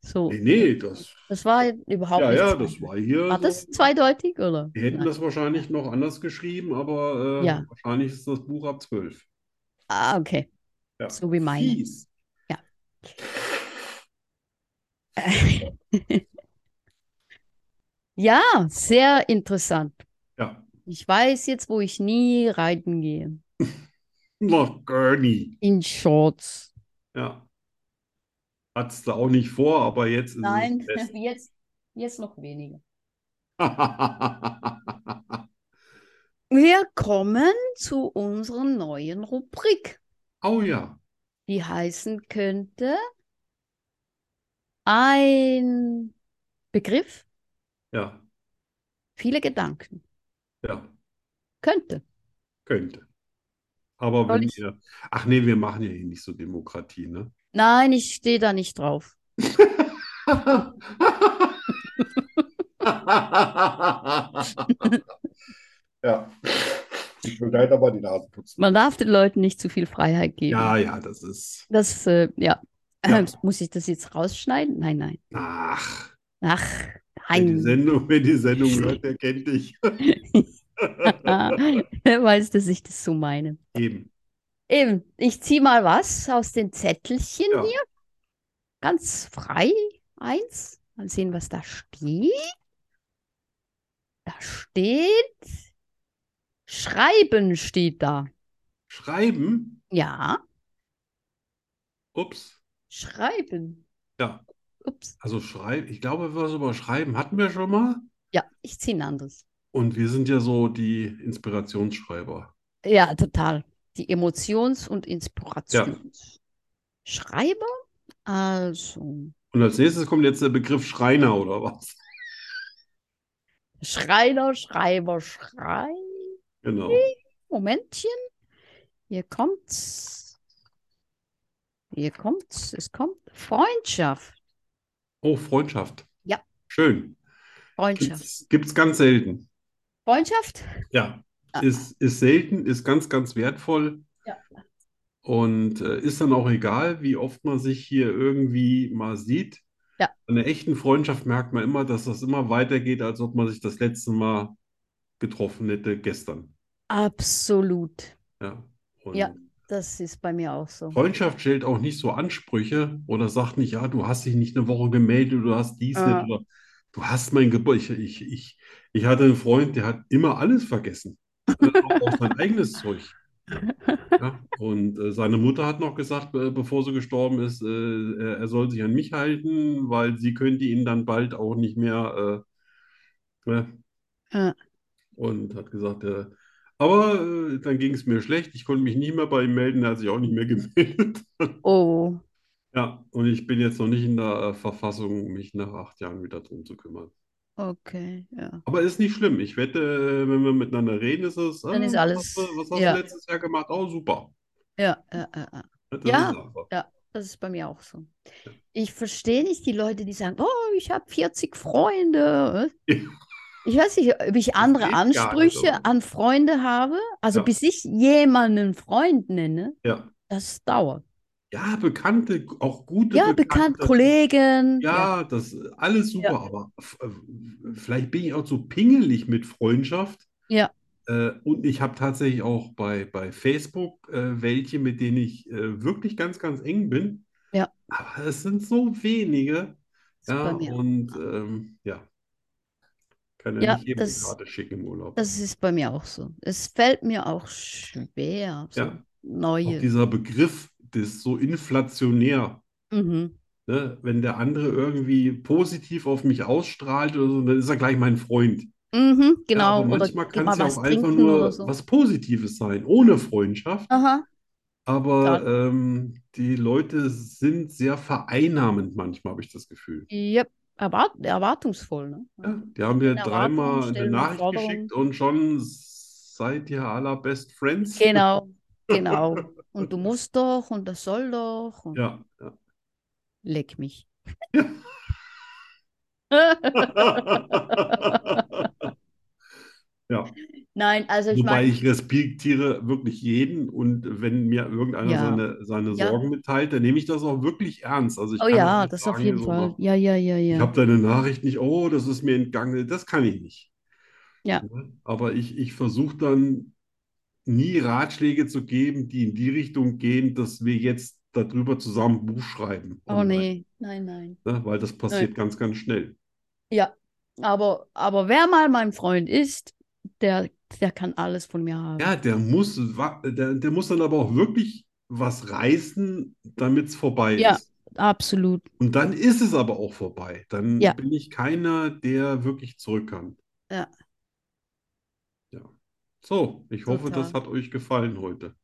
A: so?
B: *laughs* Nee, nee, das,
A: Das war überhaupt
B: ja,
A: nicht
B: ja,
A: zweideutig.
B: das war hier
A: War
B: so.
A: das zweideutig oder?
B: Die hätten
A: Nein.
B: das wahrscheinlich noch anders geschrieben, aber äh,
A: Ja.
B: wahrscheinlich ist das Buch ab 12.
A: Ah, okay.
B: Ja.
A: So wie meine.
B: Fies.
A: Ja, sehr interessant.
B: Ja.
A: Ich weiß jetzt, wo ich nie reiten gehe.
B: Noch Gurney.
A: In Shorts.
B: Ja. Hattest du auch nicht vor, aber jetzt ist es *laughs*
A: Nein,
B: fest.
A: *laughs* jetzt, jetzt noch weniger. Wir kommen zu unserer neuen Rubrik,
B: Oh ja.
A: die heißen könnte ein Begriff,
B: Ja,
A: viele Gedanken.
B: ja,
A: Könnte.
B: könnte. Aber
A: Soll
B: wenn
A: ich-
B: ihr. Ach nee, wir machen ja hier nicht so Demokratie, ne? *laughs*
A: Nein, ich stehe da nicht drauf.
B: Ja. Ich will gleich aber die Nase putzen.
A: Man darf den Leuten nicht zu viel Freiheit geben.
B: Ja, ja, das ist.
A: Das, äh, ja.
B: Ja.
A: *laughs* Muss ich das jetzt rausschneiden? Nein, nein.
B: Ach,
A: Ach,
B: wer die
A: nein.
B: Sendung, wer die Sendung hört, der kennt dich. *laughs*
A: Ah, *laughs* wer weiß, dass ich das so meine.
B: Eben.
A: Eben, ich ziehe mal was aus den Zettelchen
B: Ja.
A: hier. Ganz frei. Eins. Mal sehen, was da steht. Da steht. Schreiben steht da.
B: Schreiben?
A: Ja,
B: Ups.
A: schreiben.
B: Ja.
A: Ups.
B: Also schreiben, ich glaube, was über Schreiben hatten wir schon mal.
A: Ja, ich ziehe ein anderes.
B: Und wir sind ja so die Inspirationsschreiber.
A: Ja, total. Die Emotions- und Inspirationsschreiber. Also,
B: Und als nächstes kommt jetzt der Begriff Schreiner oder was?
A: Schreiner, Schreiber, Schrei.
B: Genau.
A: Momentchen. Hier kommt's. Hier kommt's. Es kommt Freundschaft.
B: Oh, Freundschaft.
A: Ja.
B: Schön.
A: Freundschaft.
B: Gibt's, gibt's ganz selten.
A: Freundschaft?
B: Ja.
A: Ah.
B: Ist, ist selten, ist ganz, ganz wertvoll.
A: Ja.
B: Und äh, ist dann auch egal, wie oft man sich hier irgendwie mal sieht.
A: Ja.
B: Bei einer echten Freundschaft merkt man immer, dass das immer weitergeht, als ob man sich das letzte Mal getroffen hätte gestern.
A: Absolut.
B: Ja. Und
A: Ja. Das ist bei mir auch so.
B: Freundschaft stellt auch nicht so Ansprüche oder sagt nicht, ja, du hast dich nicht eine Woche gemeldet, du hast dies
A: Ah.
B: nicht oder du hast mein Geburtstag. Ich, ich, ich, ich hatte einen Freund, der hat immer alles vergessen. Äh, Auch auch sein eigenes Zeug. Ja, und äh, seine Mutter hat noch gesagt, äh, bevor sie gestorben ist, äh, er er soll sich an mich halten, weil sie könnte ihn dann bald auch nicht mehr Ne?
A: Ja.
B: Und hat gesagt, äh, aber äh, dann ging es mir schlecht. Ich konnte mich nie mehr bei ihm melden. Er hat sich auch nicht mehr *laughs* gemeldet.
A: Oh,
B: Ja, und ich bin jetzt noch nicht in der äh, Verfassung, mich nach acht Jahren wieder drum zu kümmern.
A: okay, ja.
B: Aber ist nicht schlimm. Ich wette, äh, wenn wir miteinander reden, ist es,
A: Dann
B: äh,
A: ist
B: was,
A: alles-
B: äh, was hast du
A: ja.
B: letztes Jahr gemacht? Oh, super.
A: Ja, ja, ja, ja.
B: Das
A: Ja.
B: ist einfach.
A: Das ist bei mir auch so. Ich verstehe nicht die Leute, die sagen, oh, ich habe 40 Freunde.
B: Ja.
A: Ich weiß nicht, ob ich andere
B: geht gar nicht,
A: Ansprüche
B: oder?
A: an Freunde habe. Also
B: Ja.
A: bis ich jemanden Freund nenne,
B: Ja.
A: das dauert.
B: Ja, Bekannte, auch gute
A: Ja, bekannt,
B: Bekannte.
A: Kollegen.
B: Ja, das ist alles super, aber f- äh, vielleicht bin ich auch zu pingelig mit Freundschaft.
A: Ja.
B: Äh, und ich habe tatsächlich auch bei, bei Facebook äh, welche, mit denen ich äh, wirklich ganz, ganz eng bin.
A: Ja.
B: Aber es sind so wenige.
A: Das ist
B: Ja,
A: bei mir.
B: und ähm, ja, kann ja
A: Ja,
B: nicht jedem eine
A: das-
B: Karte schicken im Urlaub.
A: Das ist bei mir auch so. Es fällt mir auch schwer, so
B: Ja. Auch
A: neue.
B: dieser Begriff, das ist so inflationär.
A: Mhm.
B: Ne? Wenn der andere irgendwie positiv auf mich ausstrahlt oder so, dann ist er gleich mein Freund.
A: Mhm,
B: Ja,
A: genau.
B: aber
A: Oder
B: manchmal
A: geh
B: kann
A: mal
B: es ja
A: was
B: auch einfach
A: trinken
B: nur
A: oder so.
B: was Positives sein, ohne Freundschaft.
A: Aha.
B: Aber ähm, die Leute sind sehr vereinnahmend manchmal, habe ich das Gefühl.
A: Yep. Erwart erwartungsvoll, ne?
B: Ja, die haben dir
A: Keine
B: dreimal
A: Erwartungen,
B: eine
A: stellen
B: Nachricht
A: Forderungen.
B: geschickt und schon seid ihr aller Best Friends.
A: Genau,
B: *laughs*
A: genau. Und du musst doch und das soll doch. Und
B: Ja, ja.
A: Leck mich.
B: Ja,
A: Nein, also *laughs* ich
B: wobei
A: meine,
B: ich respektiere wirklich jeden und wenn mir irgendeiner
A: Ja.
B: seine, seine
A: Ja.
B: Sorgen mitteilt, dann nehme ich das auch wirklich ernst. Also ich
A: oh
B: kann auch
A: ja,
B: nicht
A: das auf
B: sagen,
A: jeden
B: so
A: Fall.
B: nach,
A: Ja, ja, ja,
B: Ich
A: ja.
B: habe deine Nachricht nicht, oh, das ist mir entgangen, das kann ich nicht.
A: Ja.
B: Aber ich, ich versuche dann nie Ratschläge zu geben, die in die Richtung gehen, dass wir jetzt darüber zusammen ein Buch schreiben.
A: Oh nee, nein, nein.
B: Ne? Weil das passiert ganz, ganz schnell.
A: Aber, aber wer mal mein Freund ist, der, der kann alles von mir haben.
B: Ja, der muss, wa- der, der muss dann aber auch wirklich was reißen, damit es vorbei
A: Ja.
B: ist.
A: Absolut.
B: Und dann ist es aber auch vorbei. Dann
A: Ja.
B: bin ich keiner, der wirklich zurück kann.
A: Ja.
B: Ja. So, ich hoffe, das
A: Total.
B: hat euch gefallen heute.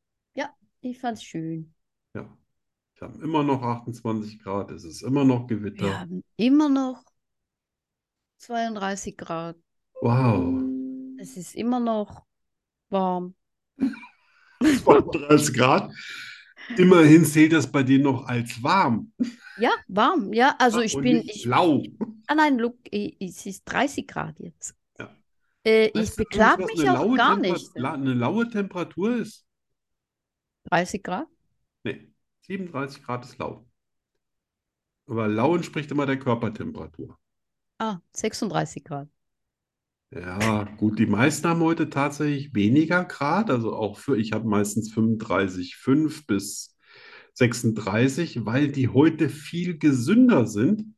A: Ich fand's schön.
B: Ja. Wir haben immer noch 28 Grad, es ist immer noch Gewitter.
A: Wir haben immer noch 32 Grad.
B: Wow.
A: Es ist immer noch warm.
B: 32 Grad. Immerhin zählt das bei dir noch als warm.
A: Ja, warm. Ja, also ich
B: Ah, und
A: bin,
B: nicht
A: ich,
B: blau.
A: Ah nein, look, i- es ist 30 Grad jetzt.
B: Ja.
A: Äh, ich
B: Weißt du
A: beklag
B: übrigens, was
A: mich
B: eine
A: auch
B: laue
A: gar
B: Temper-
A: nicht.
B: la- Eine laue Temperatur ist?
A: 30 Grad?
B: Nee, 37 Grad ist lau. Aber lau entspricht immer der Körpertemperatur.
A: Ah, 36 Grad.
B: Ja, gut, die meisten haben heute tatsächlich weniger Grad, also auch für, ich habe meistens 35,5 bis 36, weil die heute viel gesünder sind.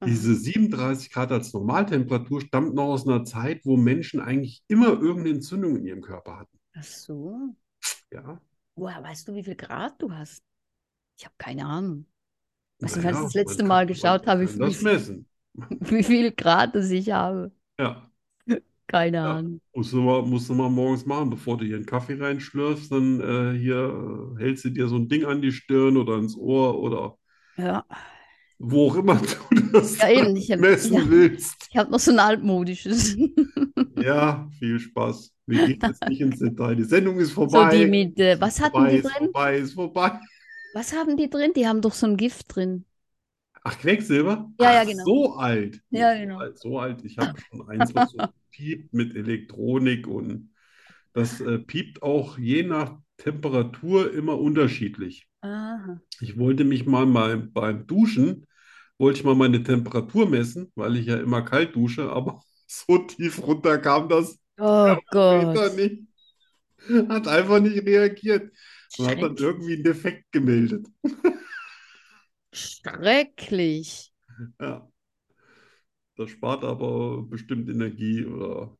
A: Aha.
B: Diese 37 Grad als Normaltemperatur stammt noch aus einer Zeit, wo Menschen eigentlich immer irgendeine Entzündung in ihrem Körper hatten.
A: Ach so.
B: Ja,
A: Woher weißt du, wie viel Grad du hast? Ich habe keine Ahnung. Weißt du,
B: naja,
A: als ich das
B: man
A: letzte
B: kann-
A: Mal
B: man
A: geschaut habe,
B: kann
A: wie,
B: das
A: wie,
B: messen.
A: *laughs* wie viel Grad das ich habe.
B: Ja.
A: Keine
B: Ja.
A: Ahnung.
B: Musst du mal, musst du mal morgens machen, bevor du hier einen Kaffee reinschlürfst, dann äh, hier äh, hältst du dir so ein Ding an die Stirn oder ins Ohr oder
A: Ja,
B: wo auch immer *laughs* du das
A: ja eben. Ich habe
B: messen
A: ich
B: willst.
A: hab noch so ein altmodisches. *laughs*
B: Ja, viel Spaß. Wir gehen jetzt nicht ins Detail. Die Sendung ist
A: So die
B: vorbei.
A: mit, äh, was hatten
B: Vorbei
A: die
B: ist
A: drin?
B: vorbei, ist vorbei.
A: Was haben die drin? Die haben doch so ein Gift drin.
B: Ach, Quecksilber?
A: Ja, ja,
B: Ach,
A: genau.
B: so alt.
A: Ja,
B: So
A: genau.
B: alt, so alt.
A: *laughs*
B: Ich habe schon eins, was so piept mit Elektronik und das äh, piept auch je nach Temperatur immer unterschiedlich.
A: Aha.
B: Ich wollte mich mal, mal beim Duschen, wollte ich mal meine Temperatur messen, weil ich ja immer kalt dusche, aber *laughs* so tief runter kam das
A: Oh
B: Meter
A: Gott.
B: nicht. Hat einfach nicht reagiert und hat dann
A: Schrecklich.
B: irgendwie einen Defekt gemeldet. *laughs*
A: Schrecklich.
B: Ja. Das spart aber bestimmt Energie oder.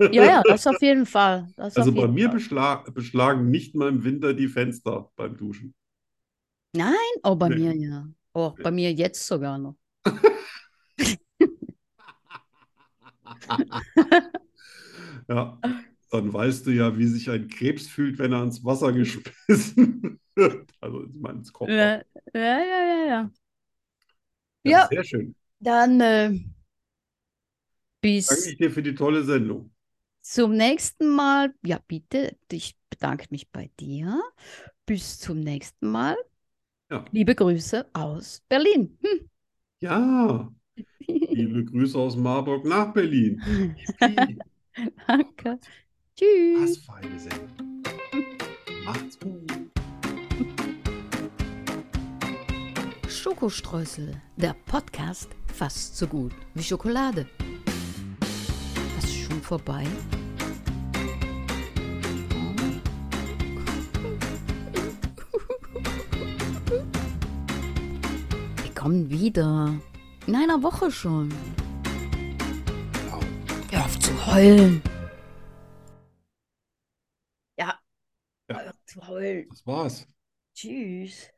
A: Ja, ja, das auf jeden Fall. Das
B: Also
A: auf
B: bei
A: jeden
B: mir
A: Fall.
B: beschlag, beschlagen nicht mal im Winter die Fenster beim Duschen.
A: Nein, oh, bei
B: Nee.
A: mir ja. Oh, bei mir jetzt sogar noch. *laughs*
B: Ja, dann weißt du ja, wie sich ein Krebs fühlt, wenn er ins Wasser geschmissen *laughs* wird. Also ich meine, ins Kochwasser.
A: Ja, ja, ja, ja, ja.
B: Ja,
A: Ja.
B: sehr schön.
A: Dann äh, bis
B: Danke ich dir für die tolle Sendung.
A: zum nächsten Mal. Ja, bitte. Ich bedanke mich bei dir. Bis zum nächsten Mal.
B: Ja.
A: Liebe Grüße aus Berlin. *laughs*
B: Ja, liebe Grüße aus Marburg
A: *laughs*
B: nach Berlin. Yippie.
A: Danke. Tschüss.
B: Was für eine Sendung. Macht's gut.
C: Schokostreusel, der Podcast fast so gut wie Schokolade. Was ist schon vorbei? Wir kommen wieder. In einer Woche schon. Hör auf zu heulen.
A: Ja.
B: Ja.
A: Zu heulen.
B: Das war's.
A: Tschüss.